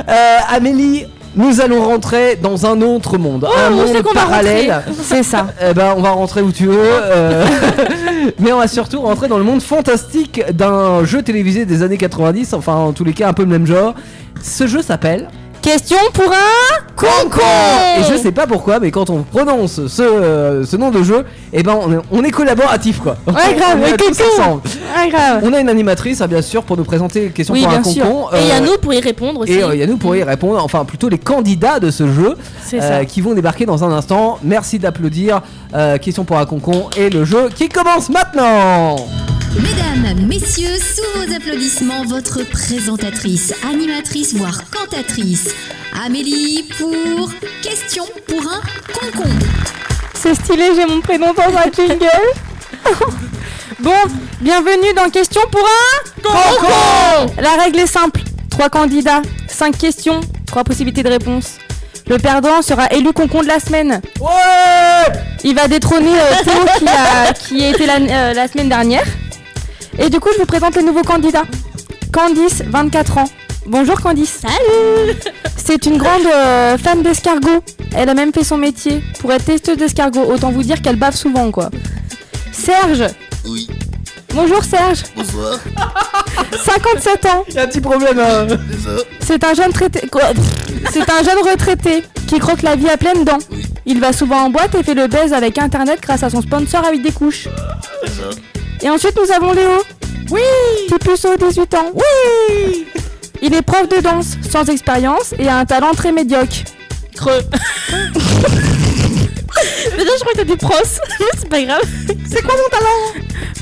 Speaker 4: Euh, Amélie, nous allons rentrer dans un autre monde, un
Speaker 7: Oh, on sait
Speaker 4: monde
Speaker 7: qu'on va
Speaker 4: parallèle.
Speaker 5: C'est ça.
Speaker 4: Eh ben, on va rentrer où tu veux, euh, mais on va surtout rentrer dans le monde fantastique d'un jeu télévisé des années 90, enfin en tous les cas un peu le même genre. Ce jeu s'appelle
Speaker 7: Question pour un.
Speaker 4: Concours Et je sais pas pourquoi, mais quand on prononce ce, euh, ce nom de jeu, eh ben on est, on est collaboratif quoi.
Speaker 7: Ouais, grave,
Speaker 4: on, est
Speaker 7: mais
Speaker 4: tous
Speaker 7: concours.
Speaker 4: ensemble.
Speaker 7: Ah grave.
Speaker 4: on a une animatrice,
Speaker 8: hein,
Speaker 4: ah, bien sûr, pour nous présenter les questions
Speaker 7: Oui,
Speaker 4: pour un
Speaker 7: bien sûr.
Speaker 4: concon.
Speaker 7: Et
Speaker 4: euh,
Speaker 7: Yannou pour y répondre aussi.
Speaker 4: et euh, Yannou pour y répondre, enfin plutôt les candidats de ce jeu
Speaker 7: C'est
Speaker 4: euh,
Speaker 7: ça.
Speaker 4: qui vont débarquer dans un instant. Merci d'applaudir. Euh, question pour un concon et le jeu qui commence maintenant.
Speaker 2: Mesdames, messieurs, sous vos applaudissements, votre présentatrice, animatrice, voire cantatrice, Amélie pour question pour un concombre.
Speaker 5: C'est stylé, j'ai mon prénom dans un jingle. bon, bienvenue dans Question pour un La règle est simple. Trois candidats, cinq questions, trois possibilités de réponse. Le perdant sera élu concon de la semaine. Il va détrôner euh, Théo qui a, qui a été la, euh, la semaine dernière. Et du coup, je vous présente les nouveaux candidats. Candice, 24 ans. Bonjour Candice. Salut C'est une grande euh, fan d'escargot. Elle a même fait son métier pour être testeuse d'escargot. Autant vous dire qu'elle bave souvent, quoi. Serge.
Speaker 9: Oui.
Speaker 5: Bonjour Serge.
Speaker 9: Bonsoir,
Speaker 5: 57 ans.
Speaker 4: Il y a un petit problème. hein.
Speaker 9: désolé.
Speaker 5: C'est un jeune traité. quoi, pff, C'est un jeune retraité qui croque la vie à pleines dents.
Speaker 9: Oui.
Speaker 5: Il va souvent en boîte et fait le buzz avec Internet grâce à son sponsor avec des couches.
Speaker 9: Désolé.
Speaker 5: Et ensuite, nous avons Léo. Oui Qui puceau, 18 ans. Oui Il est prof de danse, sans expérience et a un talent très médiocre.
Speaker 7: Creux. Déjà, je crois que t'as dit pros, mais c'est pas grave.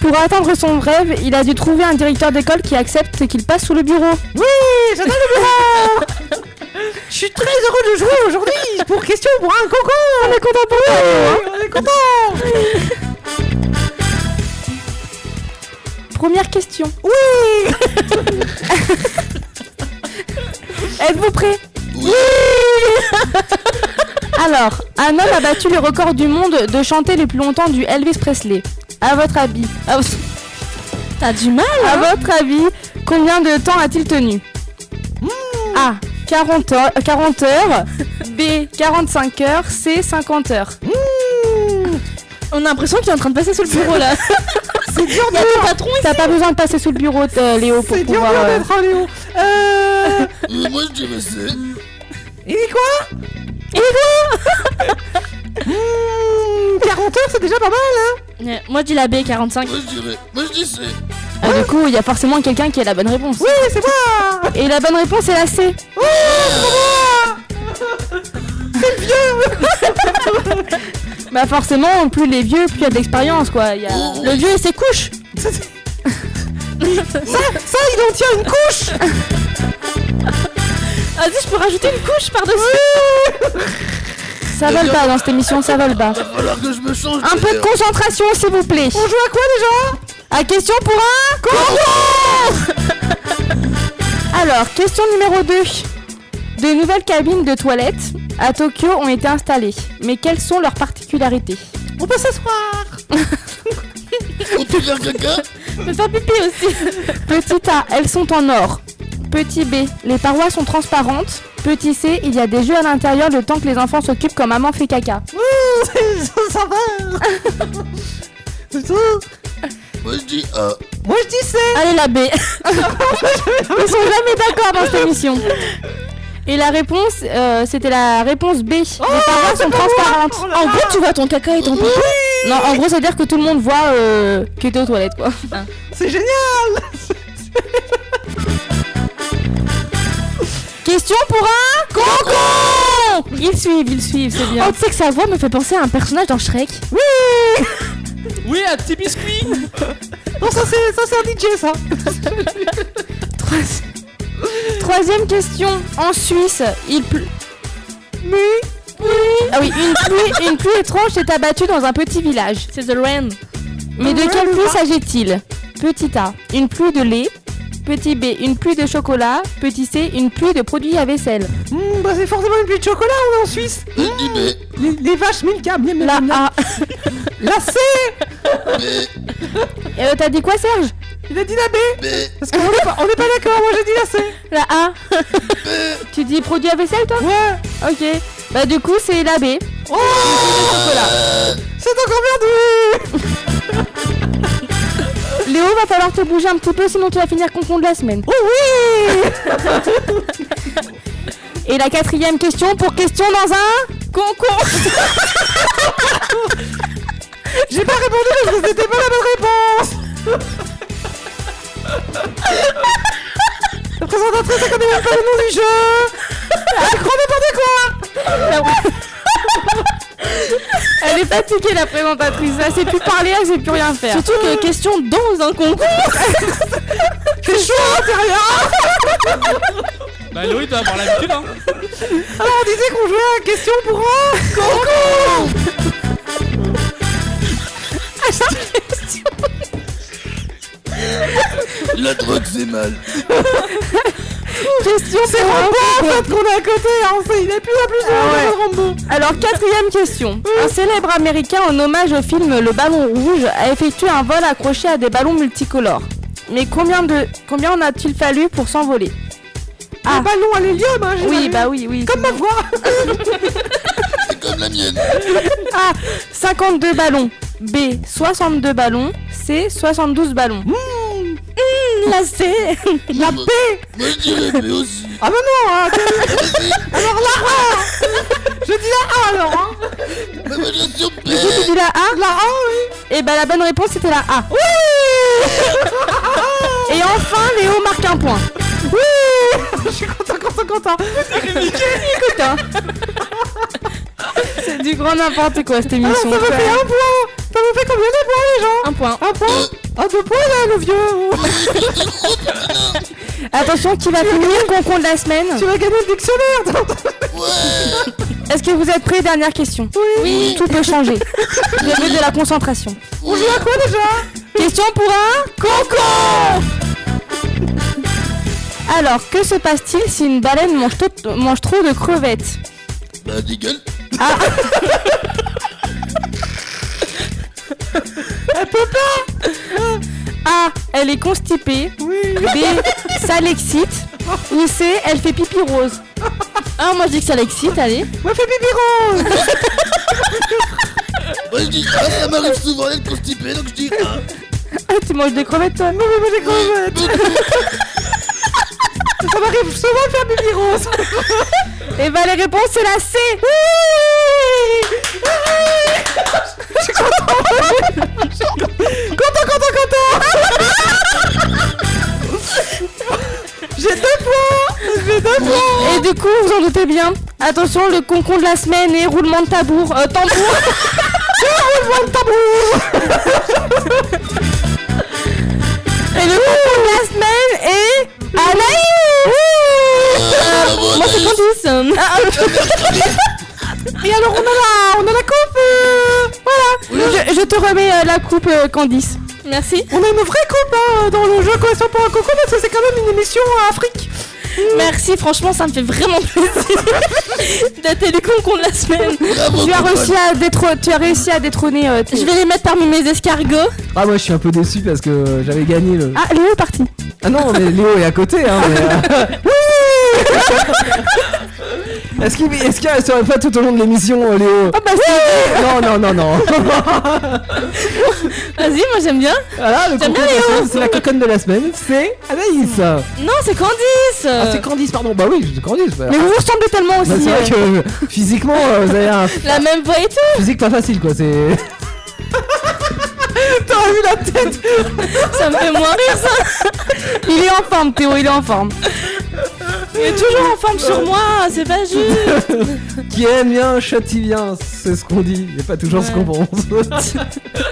Speaker 5: Pour atteindre son rêve, il a dû trouver un directeur d'école qui accepte qu'il passe sous le bureau. Oui J'adore le bureau Je suis très heureux de jouer aujourd'hui pour question pour un coco On est content pour lui On est content Première question. Oui Êtes-vous prêts
Speaker 9: Oui.
Speaker 5: Alors, un homme a battu le record du monde de chanter le plus longtemps du Elvis Presley. À votre avis,
Speaker 7: Ah, pff. T'as du mal hein
Speaker 5: à votre avis, combien de temps a-t-il tenu
Speaker 7: Mmh.
Speaker 5: A. 40 heures, 40 heures. B. 45 heures. C. 50 heures.
Speaker 7: Mmh. On a l'impression qu'il est en train de passer sous le bureau là.
Speaker 5: C'est dur
Speaker 7: Y'a le patron
Speaker 5: T'as pas besoin de passer sous le bureau, euh, Léo, pour pouvoir... euh,
Speaker 9: Euh, moi je dirais c'est.
Speaker 8: Hmm,
Speaker 7: Ouais, Moi, je dis la B, 45.
Speaker 9: Moi je dirais. Moi je dis c'est.
Speaker 5: ah, du coup, il y a forcément quelqu'un qui a la bonne réponse. Oui, c'est moi Et la bonne réponse est la C. c'est vieux Bah forcément, plus les vieux, plus il y a de l'expérience, quoi. Il y a-
Speaker 7: Le vieux et ses couches.
Speaker 5: Ça, il en tient une couche Ah,
Speaker 7: Vas-y, je peux rajouter une couche par-dessus.
Speaker 5: Ça vole pas dans cette émission, ça vole pas.
Speaker 9: Va falloir que je me change.
Speaker 5: Un peu de concentration, s'il vous plaît. On joue à quoi déjà À question pour un concours Alors, question numéro 2. De nouvelles cabines de toilettes à Tokyo ont été installées. Mais quelles sont leurs particularités On peut s'asseoir
Speaker 9: On peut faire caca.
Speaker 7: Je peux faire pipi aussi.
Speaker 5: Petit A, elles sont en or. Petit B, les parois sont transparentes. Petit C, il y a des jeux à l'intérieur le temps que les enfants s'occupent quand maman fait caca.
Speaker 9: Moi je dis A.
Speaker 5: Allez la B. Ils sont jamais d'accord dans cette émission. Et la réponse, euh, c'était la réponse B.
Speaker 7: Oh,
Speaker 5: les parois sont transparentes.
Speaker 7: En gros, tu vois ton caca et ton pipi.
Speaker 5: Non, en gros, ça veut dire que tout le monde voit euh, que t'es aux toilettes, quoi.
Speaker 8: C'est génial
Speaker 5: Question pour un concon Ils suivent, ils suivent, c'est bien.
Speaker 7: Oh, tu sais que sa voix me fait penser à un personnage dans Shrek.
Speaker 6: Oui, un petit biscuit
Speaker 8: Non, ça c'est ça, hein, c'est un DJ ça
Speaker 5: Troisième question. En Suisse, il pleut. Ah oui, une pluie, une pluie étrange s'est abattue dans un petit village.
Speaker 7: C'est The Rain.
Speaker 5: Mais de quelle pluie s'agit-il Petit A, une pluie de lait. Petit B, une pluie de chocolat. Petit C, une pluie de produits à vaisselle.
Speaker 8: Hmm, Bah c'est forcément une pluie de chocolat, on est en Suisse
Speaker 9: Moi je dis B.
Speaker 8: Les, les vaches, mille câbles, miam, miam,
Speaker 5: La
Speaker 8: miam, miam.
Speaker 5: A.
Speaker 8: La C
Speaker 9: B.
Speaker 5: Euh, T'as dit quoi, Serge
Speaker 8: Il a dit la B
Speaker 9: B.
Speaker 8: Parce qu'on est pas, on est pas d'accord, moi j'ai dit la C
Speaker 5: La A. tu dis produits à vaisselle, toi
Speaker 8: Ouais
Speaker 5: Ok. Bah, du coup, c'est la B.
Speaker 8: C'est encore perdu
Speaker 5: Léo, va falloir te bouger un petit peu, sinon tu vas finir concon de la semaine. Oh oui Et la quatrième question pour question dans un concours.
Speaker 8: J'ai pas répondu parce que c'était pas la bonne réponse La présentatrice, elle connaît même pas le nom du jeu Elle croit n'importe quoi
Speaker 5: Elle est fatiguée la présentatrice, elle sait plus parler, elle sait plus rien faire.
Speaker 7: Surtout que question dans un concours.
Speaker 5: C'est chaud à l'intérieur
Speaker 6: Bah, Loïc doit avoir l'habitude, hein.
Speaker 5: Alors on disait qu'on jouait à question pour un
Speaker 9: La drogue, c'est mal.
Speaker 5: question C'est Rambo en fait qu'on est à côté, hein. il est plus à plus Ah Alors quatrième question. Un célèbre américain en hommage au film Le Ballon Rouge a effectué un vol accroché à des ballons multicolores. Mais combien de combien en a-t-il fallu pour s'envoler Ah.
Speaker 8: Un ballon à l'hélium, hein,
Speaker 5: Oui,
Speaker 8: j'imagine.
Speaker 5: bah oui, oui.
Speaker 8: Comme ma voix
Speaker 9: C'est comme la mienne.
Speaker 5: A 52 ballons, B 62 ballons, C 72 ballons. Mmh, la C
Speaker 9: La paix Moi, je dirais paix aussi.
Speaker 8: Ah bah non, hein, que- Alors là, Je dis la A alors, hein
Speaker 9: Mais moi, je suis
Speaker 5: Tu
Speaker 9: paix.
Speaker 5: dis la A
Speaker 8: La A, oui
Speaker 5: Et bah la bonne réponse c'était la A. Et enfin Léo marque un point.
Speaker 8: Oui Je suis content, content, content
Speaker 5: Écoute hein. C'est du grand n'importe quoi cette
Speaker 8: Alors,
Speaker 5: émission.
Speaker 8: Ah, ça me fait un point Ça me fait combien de points, les gens
Speaker 5: Un point.
Speaker 8: Un point Ah, deux points, là, le vieux
Speaker 5: Attention qui va finir le concours de la semaine.
Speaker 8: Tu vas gagner le dictionnaire
Speaker 9: Ouais
Speaker 5: Est-ce que vous êtes prêts Dernière question.
Speaker 9: Oui.
Speaker 5: Tout peut changer. J'ai vu de la concentration.
Speaker 8: On joue à quoi, déjà
Speaker 5: Question pour un concours Alors, que se passe-t-il si une baleine mange, tot- mange trop de crevettes
Speaker 9: Bah, dégueule.
Speaker 5: A. Elle est constipée. B. Ça l'excite. Ou C. Elle fait pipi rose. Ah, moi je dis que ça l'excite, allez.
Speaker 8: Moi, fais pipi rose
Speaker 9: Moi, je dis ah, ça m'arrive souvent d'être constipé, donc je dis ah.
Speaker 5: Ah, tu manges des crevettes toi Non,
Speaker 8: Moi, j'ai crevettes Ça m'arrive souvent de faire pipi rose
Speaker 5: Et bah, les réponses, c'est la C.
Speaker 8: Content, content, content J'ai deux points J'ai deux points
Speaker 5: Et du coup, vous en doutez bien. Attention, le concours de la semaine et roulement de tabour. Euh, tambour Roulement de tambour Et le concours de la semaine est. Anaïs
Speaker 9: Ah, bravo,
Speaker 7: Moi c'est
Speaker 9: Anaïs.
Speaker 7: Candice.
Speaker 5: Et alors, on a la, on a la coupe euh, Voilà je, je te remets euh, la coupe, euh, Candice.
Speaker 7: Merci.
Speaker 8: On a une vraie coupe hein, dans le jeu Question pour un coco parce que c'est quand même une émission à Afrique
Speaker 7: Mm. Merci, franchement, ça me fait vraiment plaisir d'être le concours de la semaine.
Speaker 9: Bravo,
Speaker 5: Tu as,
Speaker 9: Coco.
Speaker 5: réussi à détrôner, tu as réussi à détrôner. euh, tes-
Speaker 7: Je vais les mettre parmi mes escargots.
Speaker 4: Ah, moi je suis un peu déçu parce que j'avais gagné le.
Speaker 5: Ah, Léo est parti.
Speaker 4: Ah non, mais Léo est à côté, hein. mais, euh, oui Est-ce qu'il est serait pas tout au long de l'émission, euh, Léo
Speaker 5: Oh, bah, c'est-
Speaker 4: Non, non, non, non.
Speaker 7: Vas-y, moi j'aime bien.
Speaker 4: Voilà, le
Speaker 7: J'aime
Speaker 4: concours de la
Speaker 7: bien Léo.
Speaker 4: semaine, c'est la coconne de la semaine, c'est Anaïs.
Speaker 5: Euh.
Speaker 7: Non, c'est Candice.
Speaker 4: Ah, c'est Candice, pardon. Bah oui, c'est Candice. bah.
Speaker 5: Mais vous vous ressemblez tellement
Speaker 4: Bah,
Speaker 5: aussi.
Speaker 4: c'est
Speaker 5: euh.
Speaker 4: vrai que euh, physiquement, euh, vous avez un
Speaker 7: La même voix et tout.
Speaker 4: physique pas facile, quoi. C'est.
Speaker 5: T'aurais vu la tête
Speaker 7: Ça me fait moins rire ça.
Speaker 5: Il est en forme, Théo, il est en forme.
Speaker 7: Il est toujours en forme sur moi. C'est pas juste.
Speaker 4: Qui aime bien, châtie bien, c'est ce qu'on dit. Y a pas toujours ce qu'on pense.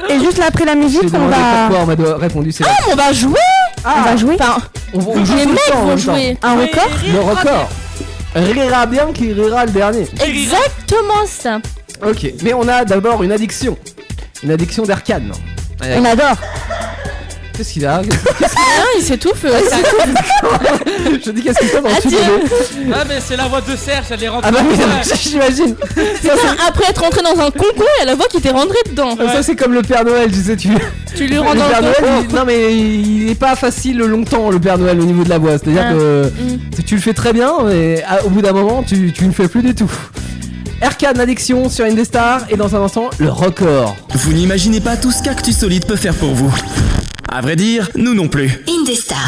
Speaker 5: Et juste là, après la
Speaker 4: J'ai
Speaker 5: musique, on
Speaker 4: demandé
Speaker 5: va...
Speaker 4: pourquoi on m'a do- répondu c'est.
Speaker 7: On va jouer.
Speaker 5: on va jouer
Speaker 4: On, on joue
Speaker 7: Ah. Les
Speaker 4: tout le
Speaker 7: mecs
Speaker 4: temps en
Speaker 7: vont
Speaker 4: même temps.
Speaker 7: jouer.
Speaker 5: un record.
Speaker 4: Le record. Rira bien qui rira le dernier.
Speaker 7: Exactement ça.
Speaker 4: Ok, mais on a d'abord une addiction. Une addiction d'arcane.
Speaker 5: On adore.
Speaker 4: Qu'est-ce qu'il a
Speaker 7: Ah, il s'étouffe.
Speaker 4: Je dis qu'est-ce qu'il fait dans le
Speaker 7: Ah,
Speaker 4: sud
Speaker 7: tiens.
Speaker 6: Ah, mais c'est la voix de Serge, elle est rentrée.
Speaker 4: Ah bah oui,
Speaker 6: Ouais.
Speaker 4: j'imagine. Ça, c'est-
Speaker 7: Après être rentré dans un concours, il y a la voix qui t'est rentrée dedans.
Speaker 4: Ça c'est comme le Père Noël, tu sais, tu. Le
Speaker 7: Tu lui rends
Speaker 4: Père
Speaker 7: dans le
Speaker 4: Noël,
Speaker 7: concours.
Speaker 4: il- non mais il est pas facile longtemps le Père Noël au niveau de la voix, c'est-à-dire
Speaker 7: Ah.
Speaker 4: que
Speaker 7: Mm.
Speaker 4: tu- tu le fais très bien, mais ah, au bout d'un moment tu, tu ne fais plus du tout. Arcane addiction sur Indestar et dans un instant le record.
Speaker 3: Vous n'imaginez pas tout ce qu'Actu Solide peut faire pour vous. À vrai dire, nous non plus.
Speaker 2: Indestar.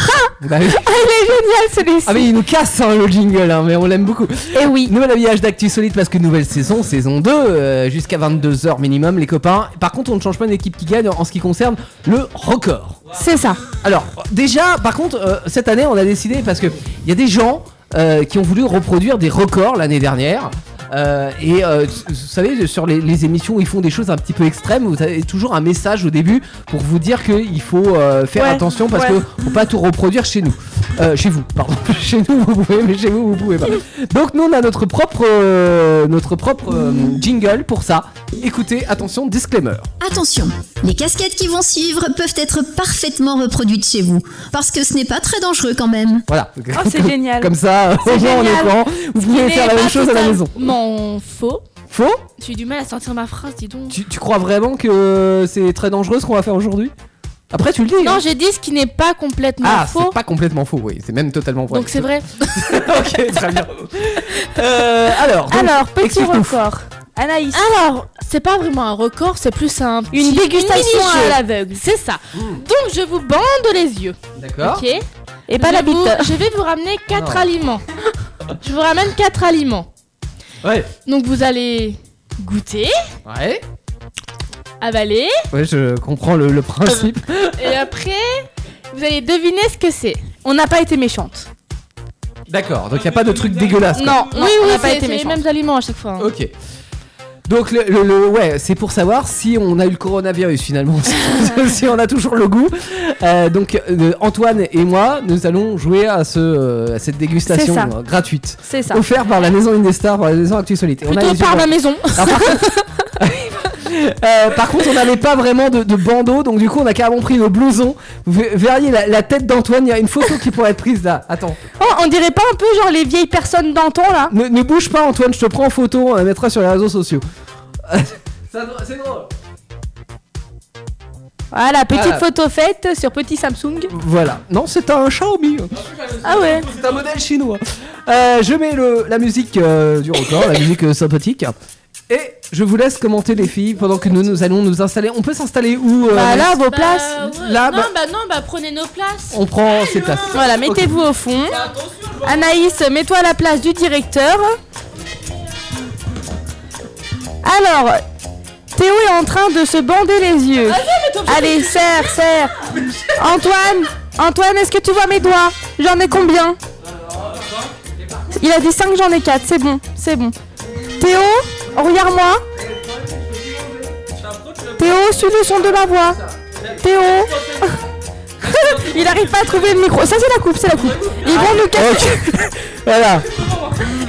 Speaker 4: Bah oui.
Speaker 5: Ah, il est génial celui-ci.
Speaker 4: Ah mais il nous casse hein, le jingle, hein, mais on l'aime beaucoup.
Speaker 5: Et oui.
Speaker 4: Nouvel habillage d'Actu Solide parce que nouvelle saison, saison 2, euh, jusqu'à 22h minimum les copains. Par contre on ne change pas d'équipe qui gagne en ce qui concerne le record.
Speaker 5: C'est ça.
Speaker 4: Alors, déjà, par contre, euh, cette année, on a décidé parce que il y a des gens euh, qui ont voulu reproduire des records l'année dernière. Euh, et euh, s- vous savez, sur les, les émissions où ils font des choses un petit peu extrêmes, vous avez toujours un message au début pour vous dire qu'il faut euh, faire
Speaker 5: Ouais,
Speaker 4: attention parce
Speaker 5: ouais.
Speaker 4: que faut pas tout reproduire chez nous. Euh, chez vous, pardon. chez nous, vous pouvez, mais chez vous, vous pouvez pas. Donc nous, on a notre propre, euh, notre propre euh, jingle pour ça. Écoutez, attention, disclaimer.
Speaker 2: Attention, les casquettes qui vont suivre peuvent être parfaitement reproduites chez vous, parce que ce n'est pas très dangereux quand même.
Speaker 4: Voilà.
Speaker 5: Oh, c'est génial.
Speaker 4: Comme ça, au moins on est
Speaker 7: génial.
Speaker 4: au courant. Vous pouvez faire la même chose à la maison.
Speaker 7: Non, faux.
Speaker 4: Faux
Speaker 7: J'ai eu du mal à sortir ma phrase, dis donc.
Speaker 4: tu, tu crois vraiment que c'est très dangereux ce qu'on va faire aujourd'hui Après, tu le dis. hein.
Speaker 7: Non, j'ai dit ce qui n'est pas complètement
Speaker 4: Ah,
Speaker 7: faux.
Speaker 4: c'est pas complètement faux, oui, c'est même totalement vrai.
Speaker 7: Donc c'est vrai.
Speaker 4: ok, très bien. Euh, alors, donc,
Speaker 5: Alors, petit
Speaker 4: explique-nous.
Speaker 5: record. Anaïs.
Speaker 7: Alors, c'est pas vraiment un record, c'est plus un petit-
Speaker 5: Une dégustation
Speaker 7: mini-jeu.
Speaker 5: à
Speaker 7: l'aveugle. C'est ça.
Speaker 4: Hmm.
Speaker 7: Donc je vous bande les yeux,
Speaker 4: D'accord.
Speaker 7: ok
Speaker 5: Et pas la
Speaker 7: Je
Speaker 5: bite.
Speaker 7: vous- Je vais vous ramener quatre
Speaker 4: Ah. Non.
Speaker 7: aliments. je vous ramène quatre aliments.
Speaker 4: Ouais.
Speaker 7: Donc vous allez goûter,
Speaker 4: Ouais.
Speaker 7: avaler,
Speaker 4: Ouais, je comprends le, le principe.
Speaker 7: et après vous allez deviner ce que c'est. On n'a pas été méchante.
Speaker 4: D'accord, donc il a pas de truc dégueulasse. quoi.
Speaker 7: Non, oui,
Speaker 5: on
Speaker 7: oui,
Speaker 5: n'a pas
Speaker 7: c'est-
Speaker 5: été
Speaker 7: c'est les
Speaker 5: méchante.
Speaker 7: mêmes aliments à chaque fois. hein.
Speaker 4: Ok. Donc le, le- le- ouais, c'est pour savoir si on a eu le coronavirus finalement, si on a toujours le goût. Euh, donc euh, Antoine et moi, nous allons jouer à ce euh, à cette dégustation
Speaker 5: ça.
Speaker 4: euh, gratuite
Speaker 5: C'est ça.
Speaker 4: offerte par la maison Indestar, par la maison Actu Solite. Et on a
Speaker 7: Plutôt
Speaker 4: les
Speaker 7: par
Speaker 4: yeux-
Speaker 7: la maison.
Speaker 4: Alors, par, contre... Euh, par contre, on n'avait pas vraiment de, de bandeau, donc du coup, on a carrément pris nos blousons. Vous verriez la, la tête d'Antoine, il y a une photo qui pourrait être prise là. Attends,
Speaker 5: Oh, on dirait pas un peu genre les vieilles personnes d'antan là
Speaker 4: ne, ne bouge pas, Antoine, je te prends en photo, on la mettra sur les réseaux sociaux. C'est drôle.
Speaker 5: Voilà, petite
Speaker 4: Voilà.
Speaker 5: photo faite sur petit Samsung.
Speaker 4: Voilà. Non, c'est un Xiaomi.
Speaker 5: Ah ouais.
Speaker 4: C'est un modèle chinois. Euh, je mets le, la musique euh, du record, la musique euh, sympathique. Et je vous laisse commenter les filles pendant que nous, nous allons nous installer. On peut s'installer où euh,
Speaker 5: Bah là, vos
Speaker 7: Bah,
Speaker 5: places.
Speaker 7: ouais.
Speaker 4: Là,
Speaker 7: non,
Speaker 4: bah-
Speaker 7: bah... non, bah prenez nos places.
Speaker 4: On prend ces places.
Speaker 5: Voilà, mettez-vous au fond. Anaïs, mets-toi à la place du directeur. Alors, Théo est en train de se bander les yeux. Allez, serre, serre. Antoine, Antoine, est-ce que tu vois mes doigts J'en ai combien Il a dit 5, j'en ai 4. C'est bon, c'est bon. Théo, regarde-moi. Théo, suis le son de ma voix. Théo. Il arrive pas à trouver le micro. Ça, c'est la coupe, c'est la coupe. Ils vont nous casser.
Speaker 4: Voilà.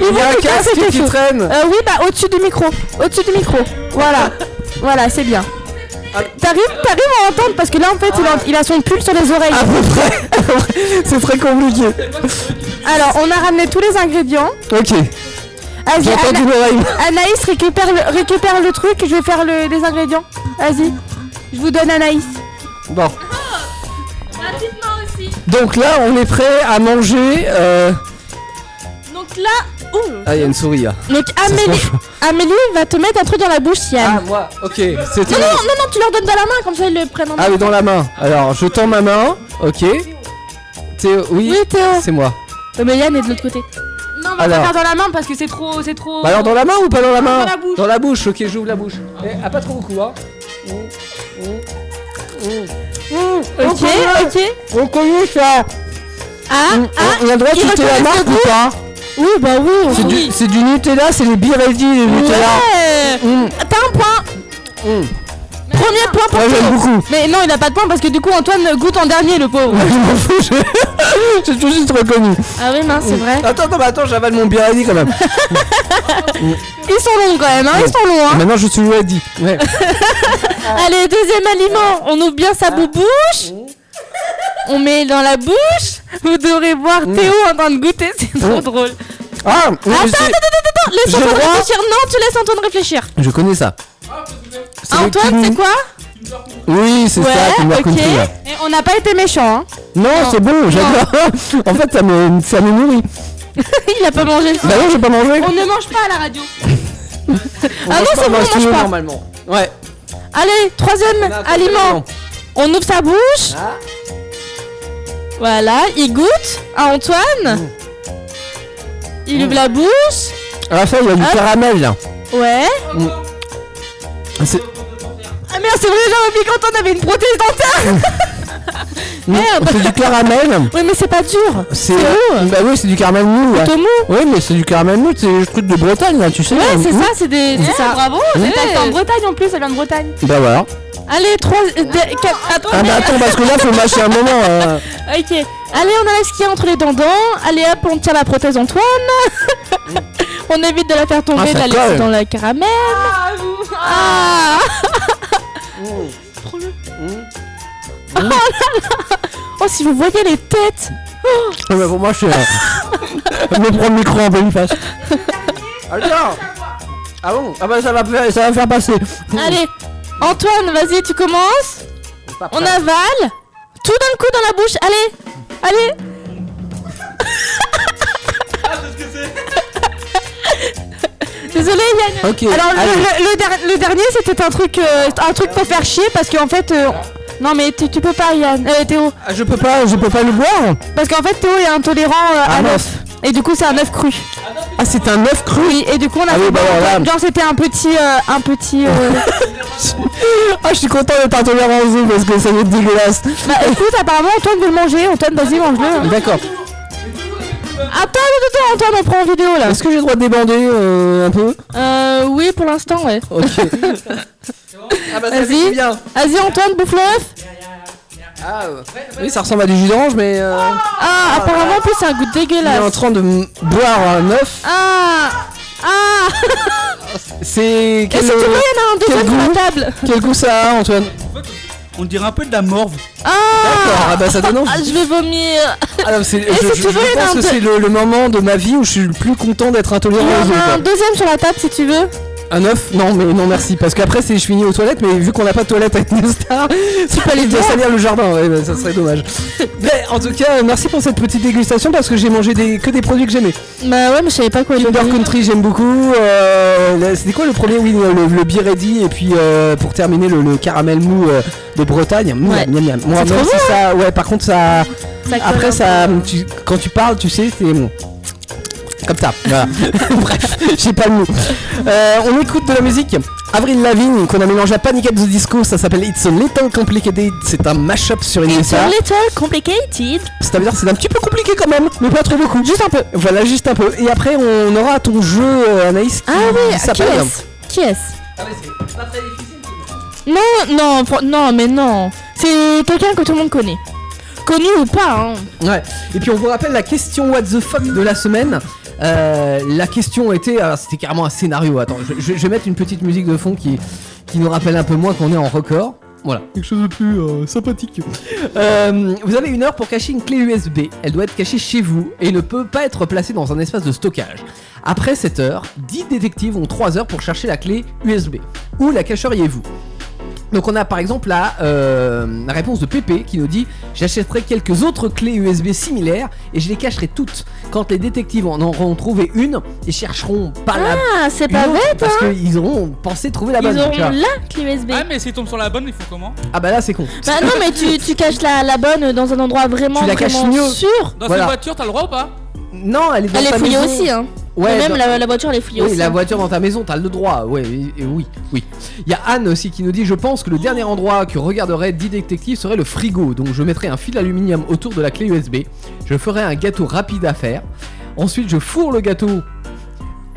Speaker 5: Ils
Speaker 4: Il y a
Speaker 5: vont
Speaker 4: un
Speaker 5: nous casser
Speaker 4: casque
Speaker 5: quelque
Speaker 4: qui
Speaker 5: chose.
Speaker 4: traîne.
Speaker 5: Euh, oui, bah au-dessus du micro. Au-dessus du micro. Voilà. voilà, c'est bien. T'arrives, t'arrives à entendre parce que là en fait il a, il a son pull sur les oreilles.
Speaker 4: À peu près. c'est très compliqué.
Speaker 5: Alors on a ramené tous les ingrédients.
Speaker 4: Ok.
Speaker 5: Vas-y,
Speaker 4: J'ai
Speaker 5: Ana-
Speaker 4: entendu l'oreille.
Speaker 5: Anaïs récupère le, récupère le truc. Je vais faire le- les ingrédients. Vas-y. Je vous donne Anaïs.
Speaker 4: Bon.
Speaker 7: Ah, Gratuitement aussi.
Speaker 4: Donc là, on est prêt à manger. euh,
Speaker 7: Donc là, ouh.
Speaker 4: Ah, il y a une souris là.
Speaker 5: Donc
Speaker 4: Ça se
Speaker 5: Amélie,
Speaker 4: mange.
Speaker 5: Amélie va te mettre un truc dans la bouche, Yann.
Speaker 4: Ah, moi. Ok. C'était.
Speaker 7: Non, non, non, non, tu leur donnes dans la main comme ça ils le prennent en main.
Speaker 4: Ah, mais dans la main. Alors, je tends ma main. Ok. Théo, oui.
Speaker 5: Oui Théo.
Speaker 4: C'est moi.
Speaker 7: Euh, Mais Yann est de l'autre côté.
Speaker 5: Non, on va
Speaker 4: Alors.
Speaker 5: pas faire dans la main parce que c'est trop, c'est trop.
Speaker 4: Bah alors, dans la main ou pas dans la main
Speaker 5: Dans la bouche.
Speaker 4: Dans la bouche. Ok, j'ouvre la bouche. Eh, ah, pas trop beaucoup, hein. Mmh, mmh, mmh. Mmh, on
Speaker 5: Ok,
Speaker 4: connaît-
Speaker 5: ok.
Speaker 4: On connaît ça.
Speaker 5: Ah,
Speaker 4: Mmh, on- on a le droit de
Speaker 5: ils
Speaker 4: citer la marque ou pas
Speaker 5: oui, bah oui. on-
Speaker 4: C'est du, c'est du Nutella, c'est les Birelli, les Nutella.
Speaker 5: Ouais.
Speaker 4: Mmh,
Speaker 5: T'as un point.
Speaker 4: mmh.
Speaker 5: Premier point pour
Speaker 4: Moi
Speaker 5: Théo.
Speaker 4: j'aime beaucoup.
Speaker 5: Mais non, il a pas de point parce que du coup Antoine goûte en dernier le pauvre.
Speaker 4: Je m'en fous, je- j'ai tout juste reconnu.
Speaker 7: Ah oui, mince, c'est vrai.
Speaker 4: Attends, attends, bah attends, j'avale mon Birelli quand même.
Speaker 5: Ils sont longs quand même, hein, ils sont longs. Hein.
Speaker 4: Maintenant je suis ready. Ouais.
Speaker 7: Allez, deuxième aliment. On ouvre bien sa boubouche. On met dans la bouche.
Speaker 5: Vous devrez voir Théo en train de goûter, c'est trop drôle.
Speaker 4: Ah, Hmm. mais
Speaker 7: Attends,
Speaker 4: c'est-
Speaker 7: attends, attends, attends, attends, laisse
Speaker 4: J'ai le
Speaker 7: Antoine
Speaker 4: droit
Speaker 7: réfléchir. Non, tu laisses Antoine réfléchir.
Speaker 4: je connais ça. C'est le
Speaker 7: Antoine,
Speaker 4: King-
Speaker 7: c'est quoi
Speaker 4: Oui, c'est ça,
Speaker 5: Ouais,
Speaker 4: Kinder
Speaker 5: ok.
Speaker 4: Country, ouais.
Speaker 5: Et on n'a pas été méchant. Hein.
Speaker 4: Non, c'est bon, j'adore. en fait, ça me, ça me nourrit.
Speaker 7: Il a pas mangé.
Speaker 4: Bah non, j'ai pas mangé.
Speaker 7: On ne mange pas à la radio.
Speaker 5: ah non, c'est bon, on mange pas.
Speaker 4: normalement. Ouais.
Speaker 5: Allez, troisième aliment. On ouvre sa bouche.
Speaker 4: Ah.
Speaker 7: Voilà, il goûte à
Speaker 4: Mm.
Speaker 7: Antoine. Il ouvre la bouche.
Speaker 4: Ah, ça, il y a du caramel là.
Speaker 5: Ouais.
Speaker 4: C'est-
Speaker 7: Ah,
Speaker 5: Ah merde, c'est vrai, j'avais oublié quand on avait une prothèse dentaire.
Speaker 4: Mmh, C'est du caramel.
Speaker 7: Oui, mais c'est pas dur.
Speaker 4: C'est Bah oui, c'est du caramel mou. ouais.
Speaker 7: Tomo.
Speaker 4: Oui, mais c'est du caramel mou, c'est le truc de Bretagne, là, tu sais.
Speaker 7: Ouais, c'est
Speaker 4: Mmh.
Speaker 7: ça, c'est des. c'est ça.
Speaker 5: Bravo,
Speaker 7: Ouais.
Speaker 5: c'est en Bretagne en plus, elle vient de Bretagne.
Speaker 4: Bah voilà.
Speaker 7: Allez, 3. Attends,
Speaker 4: Ah bah attends, parce que là, faut mâcher un moment. euh.
Speaker 7: Ok. Allez, on enlève ce qu'il y a entre les dents. Allez, hop, on tire la prothèse Antoine. on évite de la faire tomber,
Speaker 4: Ah,
Speaker 7: de
Speaker 4: ça
Speaker 7: la laisser
Speaker 4: colle.
Speaker 7: dans la caramel. Ah,
Speaker 4: Mmh.
Speaker 7: Oh là là. Oh, si vous voyez les têtes
Speaker 4: Ah bah pour moi, je suis. euh, Je me prends le micro en pleine face. Attends Ah bon Ah bah ça va, faire- ça va faire passer.
Speaker 7: Allez, Antoine, vas-y, tu commences. On avale. Tout d'un coup dans la bouche. Allez, allez. Désolé, Yann.
Speaker 4: Ok.
Speaker 5: Alors le,
Speaker 4: allez.
Speaker 5: le- le der- le dernier c'était un truc euh, un truc pour faire chier parce qu'en fait euh,
Speaker 7: Non, mais tu, tu peux pas, Yann. Euh, Théo.
Speaker 4: Ah, je peux pas, je peux pas le boire.
Speaker 5: parce qu'en fait Théo est intolérant euh, à
Speaker 4: Ah,
Speaker 5: l'œuf
Speaker 4: neuf.
Speaker 5: et du coup c'est un œuf cru.
Speaker 4: Ah, c'est un œuf cru.
Speaker 5: Oui et du coup on a
Speaker 4: Ah oui,
Speaker 5: fait
Speaker 4: bah voilà.
Speaker 5: genre c'était un petit euh, un petit euh,
Speaker 4: Ah, je suis content d'être intolérant aux œufs parce que ça va être dégueulasse.
Speaker 5: bah écoute apparemment Antoine veut le manger Antoine vas-y mange-le. hein.
Speaker 4: D'accord. Ah,
Speaker 7: Attends, attends, attends, Antoine, on prend en vidéo là.
Speaker 4: Est-ce que j'ai le droit de débander euh, un peu
Speaker 7: Euh, oui, pour l'instant, ouais.
Speaker 4: Ok. ah bah
Speaker 7: ça Vas-y. fait du
Speaker 4: bien.
Speaker 7: Vas-y, Antoine, bouffe l'œuf.
Speaker 4: Ah, euh, oui, ça ressemble à du jus d'orange, mais euh,
Speaker 7: Ah, apparemment, en plus, c'est un goût
Speaker 4: il est
Speaker 7: dégueulasse.
Speaker 4: en train de m- boire un œuf.
Speaker 7: Ah Ah
Speaker 4: C'est
Speaker 7: Et
Speaker 4: quel,
Speaker 7: si tu
Speaker 4: euh,
Speaker 7: veux, il y en a un
Speaker 4: quel
Speaker 7: deuxième sur
Speaker 4: goût
Speaker 7: la table.
Speaker 4: quel goût ça a, Antoine
Speaker 8: On dirait un peu de la morve.
Speaker 4: D'accord. Ah bah ça donne
Speaker 7: Ah,
Speaker 4: envie.
Speaker 7: je vais vomir.
Speaker 4: Ah, non, c'est- je,
Speaker 7: si
Speaker 4: je-
Speaker 7: tu
Speaker 4: je
Speaker 7: veux, il y en a
Speaker 4: pense
Speaker 7: un
Speaker 4: que
Speaker 7: peu-
Speaker 4: c'est le, le moment de ma vie où je suis le plus content d'être intolérant
Speaker 7: Il y
Speaker 4: aux
Speaker 7: en
Speaker 4: œufs.
Speaker 7: a un
Speaker 4: quoi.
Speaker 7: deuxième sur la table si tu veux.
Speaker 4: Un œuf Non, mais non merci. Parce qu'après, c'est je finis aux toilettes, mais vu qu'on n'a pas de toilette avec Nestar, c'est pas les deux salir le jardin. Ouais, bah, ça serait dommage. Mais en tout cas, euh, merci pour cette petite dégustation parce que j'ai mangé des, que des produits que j'aimais.
Speaker 7: Bah ouais, mais je savais pas quoi il
Speaker 4: Kinder Country, j'aime beaucoup. euh, là, C'était quoi le premier Oui, le, le, le Be Ready, Et puis euh, pour terminer, le, le caramel mou euh, de Bretagne. Miam,
Speaker 7: Ouais.
Speaker 4: miam, miam. Moi,
Speaker 7: C'est trop
Speaker 4: même
Speaker 7: bon, hein.
Speaker 4: si ça. Ouais, par contre, ça.
Speaker 7: Ça colle un
Speaker 4: Après,
Speaker 7: peu.
Speaker 4: ça. tu- quand tu parles, tu sais, c'est bon. Comme ça, voilà. Bref, j'ai pas le mot. Euh, on écoute de la musique. Avril Lavigne, qu'on a mélangé à Panic at the Disco, ça s'appelle It's a Little Complicated. C'est un mash-up sur une
Speaker 7: It's a
Speaker 4: guitare.
Speaker 7: little complicated.
Speaker 4: C'est-à-dire que c'est un petit peu compliqué quand même, mais pas trop beaucoup. Juste un peu. Voilà, juste un peu. Et après, on aura ton jeu, euh, Anaïs, qui
Speaker 7: Ah oui, qui
Speaker 4: s'appelle.
Speaker 7: est-ce Qui est-ce Non, non, fr- non, mais non. C'est quelqu'un que tout le monde connaît. Connu ou pas, hein.
Speaker 4: Ouais. Et puis on vous rappelle la question What the fuck de la semaine. Euh, la question était, alors, c'était carrément un scénario. Attends, je, je- je vais mettre une petite musique de fond qui, qui nous rappelle un peu moins qu'on est en record. Voilà, quelque chose de plus euh, sympathique. Euh, vous avez une heure pour cacher une clé USB. Elle doit être cachée chez vous et ne peut pas être placée dans un espace de stockage. Après cette heure, 10 détectives ont 3 heures pour chercher la clé USB. Où la cacheriez-vous donc on a par exemple la, euh, la réponse de Pépé qui nous dit j'achèterai quelques autres clés USB similaires et je les cacherai toutes. Quand les détectives en auront trouvé une, ils chercheront pas la
Speaker 7: Ah, c'est
Speaker 4: une
Speaker 7: pas
Speaker 4: autre
Speaker 7: vrai.
Speaker 4: parce qu'ils auront pensé trouver la bonne.
Speaker 7: Ils
Speaker 4: tu vois.
Speaker 7: auront la clé USB.
Speaker 6: Ah, mais s'ils tombent sur la bonne, ils font comment
Speaker 4: Ah bah là c'est con.
Speaker 7: Bah non, mais tu, tu caches la, la bonne dans un endroit vraiment,
Speaker 4: Tu la caches
Speaker 7: vraiment
Speaker 4: mieux.
Speaker 7: sûr.
Speaker 6: Dans
Speaker 4: Voilà.
Speaker 6: une voiture, t'as le droit ou pas
Speaker 4: Non elle est dans
Speaker 7: Elle
Speaker 4: ta
Speaker 7: est fouillée
Speaker 4: maison.
Speaker 7: aussi, hein.
Speaker 4: Ouais,
Speaker 7: Mais même
Speaker 4: dans-
Speaker 7: la, la voiture, elle est fouillée
Speaker 4: Oui,
Speaker 7: aussi.
Speaker 4: la
Speaker 7: hein.
Speaker 4: voiture dans ta maison, t'as le droit. Ouais, et- et oui, oui. Il y a Anne aussi qui nous dit Je pense que le dernier endroit que regarderait 10 détectives serait le frigo. Donc je mettrai un fil d'aluminium autour de la clé USB. Je ferai un gâteau rapide à faire. Ensuite, je fourre le gâteau.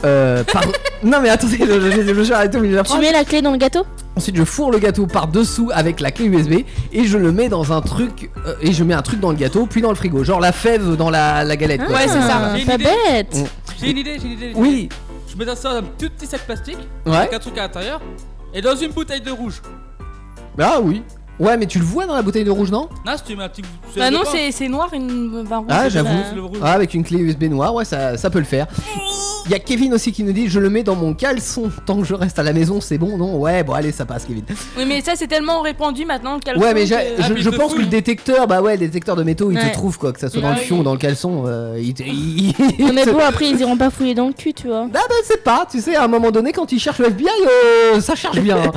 Speaker 4: Euh, par... non, mais attendez, je, je- je- je suis arrêté au milieu de la
Speaker 7: Tu
Speaker 4: phrase.
Speaker 7: mets la clé dans le gâteau
Speaker 4: Ensuite, je fourre le gâteau par-dessous avec la clé USB et je le mets dans un truc. euh, et je mets un truc dans le gâteau, puis dans le frigo. Genre la fève dans la, la galette. quoi.
Speaker 6: Ouais, c'est ça.
Speaker 7: Ah,
Speaker 6: J'ai une
Speaker 7: Pas
Speaker 6: idée.
Speaker 7: bête.
Speaker 6: J'ai une idée, j'ai une idée. j'ai une idée.
Speaker 4: Oui,
Speaker 6: Je mets ça dans un tout petit sac plastique,
Speaker 4: ouais.
Speaker 6: avec un truc à l'intérieur, et dans une bouteille de rouge.
Speaker 4: Ah oui. Ouais, mais tu le vois dans la bouteille de rouge, non
Speaker 6: Nas, tu mets un petit. tu
Speaker 5: Bah
Speaker 6: sais
Speaker 5: non
Speaker 6: pas,
Speaker 5: c'est c'est noir une bah, rouge.
Speaker 4: Ah, j'avoue.
Speaker 6: c'est le rouge.
Speaker 4: Ah, avec une clé USB noire, ouais, ça, ça peut le faire. Il y a Kevin aussi qui nous dit Je le mets dans mon caleçon. Tant que je reste à la maison, c'est bon, non Ouais, bon, allez, ça passe, Kevin.
Speaker 5: Oui mais ça c'est tellement répandu maintenant le caleçon
Speaker 4: Ouais, mais j'a-
Speaker 5: que-
Speaker 6: Ah,
Speaker 4: je,
Speaker 6: mais
Speaker 4: je
Speaker 6: il te
Speaker 4: pense
Speaker 6: fouille.
Speaker 4: que le détecteur, bah ouais, le détecteur de métaux, il
Speaker 7: Ouais.
Speaker 4: te trouve, quoi, que ça soit dans
Speaker 5: Ah
Speaker 4: le
Speaker 5: oui.
Speaker 4: fion ou dans le caleçon. euh, il te- il-
Speaker 7: Non,
Speaker 4: il
Speaker 7: mais
Speaker 4: te-
Speaker 7: bon, après, ils iront pas fouiller dans le cul, tu vois.
Speaker 4: Ah, bah, c'est pas, tu sais, à un moment donné, quand il cherche le FBI, euh, ça cherche bien. hein.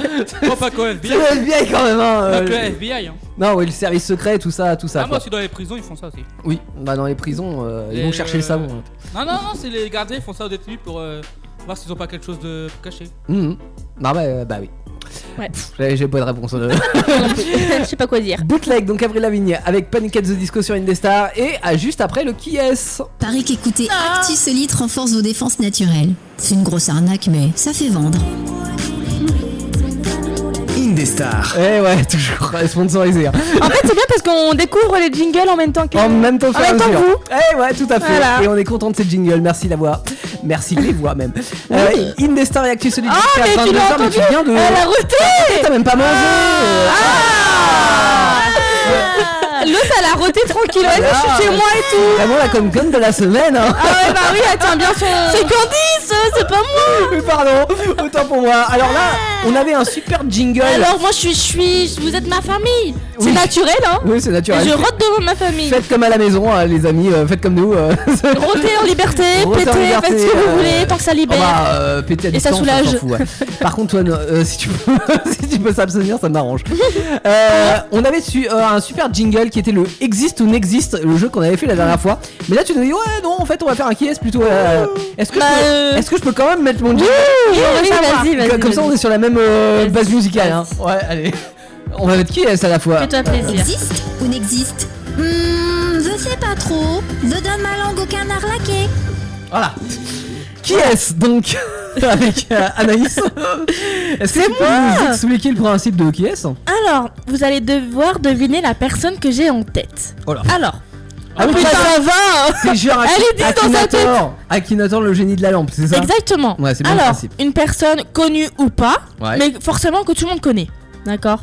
Speaker 6: Oh, pas qu'au
Speaker 4: C'est
Speaker 6: FBI.
Speaker 4: le FBI quand même, hein,
Speaker 6: Pas
Speaker 4: euh,
Speaker 6: que le FBI. Hein.
Speaker 4: Non, ouais, le service secret, tout ça, tout ça.
Speaker 6: Ah, moi,
Speaker 4: quoi.
Speaker 6: c'est dans les prisons, ils font ça aussi.
Speaker 4: Oui, bah dans les prisons, euh, ils
Speaker 6: Et
Speaker 4: vont chercher le
Speaker 6: euh,
Speaker 4: savon. hein.
Speaker 6: Non, non, non, c'est les gardiens, ils font ça aux détenus pour euh, voir s'ils ont pas quelque chose de caché.
Speaker 4: Mhm. Bah, ouais, Mmh. euh, bah oui.
Speaker 7: Ouais.
Speaker 4: J'ai j'ai pas de réponse. euh.
Speaker 7: Je sais pas quoi dire.
Speaker 4: Bootleg, donc Avril Lavigne avec Panic at the Disco sur Indestar et à juste après le qui est
Speaker 2: Paris qu'écouter Actu Solide renforce vos défenses naturelles. C'est une grosse arnaque, mais ça fait vendre.
Speaker 3: Indestar.
Speaker 4: Eh ouais, toujours sponsorisé. hein.
Speaker 7: En fait, c'est bien parce qu'on découvre les jingles en même temps que.
Speaker 4: En même temps que
Speaker 7: En même temps Ah, que vous.
Speaker 4: Eh ouais, tout à fait.
Speaker 7: Voilà.
Speaker 4: Et on est content de cette jingle. Merci la voix. Merci les voix même. Euh, Indestar et Actu Solide
Speaker 7: Ah,
Speaker 4: jusqu'à
Speaker 7: mais
Speaker 4: 22
Speaker 7: tu l'as
Speaker 4: heures, mais
Speaker 7: entendu
Speaker 4: tu viens de.
Speaker 7: Elle a roté
Speaker 4: T'as même pas mangé.
Speaker 7: Ah L'autre, elle a roté tranquille.
Speaker 4: Ah,
Speaker 7: Vas-y, je suis chez moi et tout.
Speaker 4: Vraiment la Comcom de la semaine. hein.
Speaker 7: Ah ouais, bah oui, elle tient bien son. C'est Candice, c'est pas moi.
Speaker 4: Mais pardon, autant pour moi. Alors là, on avait un super jingle.
Speaker 7: Ah. Alors, moi, je suis, je suis. Vous êtes ma famille.
Speaker 4: Oui.
Speaker 7: C'est naturel, hein.
Speaker 4: oui, c'est naturel.
Speaker 7: Je rote devant ma famille.
Speaker 4: Faites comme à la maison, hein, les amis. euh, faites comme nous. euh,
Speaker 7: Roter en liberté,
Speaker 4: Roter en
Speaker 7: péter,
Speaker 4: liberté,
Speaker 7: faites ce que
Speaker 4: euh,
Speaker 7: vous voulez, tant que ça
Speaker 4: On
Speaker 7: libère.
Speaker 4: va euh, péter à
Speaker 7: Ben, Et ça
Speaker 4: distance, on
Speaker 7: soulage.
Speaker 4: s'en fout, ouais. Par contre, toi, non, euh, si tu peux, si tu peux s'abstenir, ça m'arrange. Euh, on avait su, euh, un super jingle qui était le existe ou n'existe, le jeu qu'on avait fait la dernière fois. Mais là, tu nous dis ouais, non, en fait, on va faire un qui est plutôt. euh, Est-ce que,
Speaker 7: Bah,
Speaker 4: je peux-
Speaker 7: euh,
Speaker 4: est-ce que je peux quand même mettre mon jingle
Speaker 7: oui,
Speaker 4: On va
Speaker 7: oui,
Speaker 4: savoir.
Speaker 7: vas-y, vas-y,
Speaker 4: Comme ça,
Speaker 7: vas-y.
Speaker 4: on est sur la même euh,
Speaker 7: Vas-y,
Speaker 4: base musicale. hein. Ouais, allez. On va mettre qui est à la fois.
Speaker 7: Fais-toi plaisir.
Speaker 2: Existe ou n'existe Hmm, je sais pas trop. Je donne ma langue au canard laqué.
Speaker 4: Voilà. Qui est-ce donc avec euh, Anaïs Est-ce que tu peux nous expliquer le principe de qui est-ce
Speaker 7: Alors, vous allez devoir deviner la personne que j'ai en tête.
Speaker 4: Oh là.
Speaker 7: Alors,
Speaker 4: Ah oui,
Speaker 7: putain,
Speaker 4: ça-
Speaker 7: ça va
Speaker 4: c'est genre
Speaker 7: Elle est dite dans sa tête.
Speaker 4: Akinator. Akinator, le génie de la lampe, c'est ça
Speaker 7: Exactement.
Speaker 4: Ouais, c'est bien le
Speaker 7: Alors,
Speaker 4: principe.
Speaker 7: une personne connue ou pas,
Speaker 4: Ouais.
Speaker 7: mais forcément que tout le monde connaît. D'accord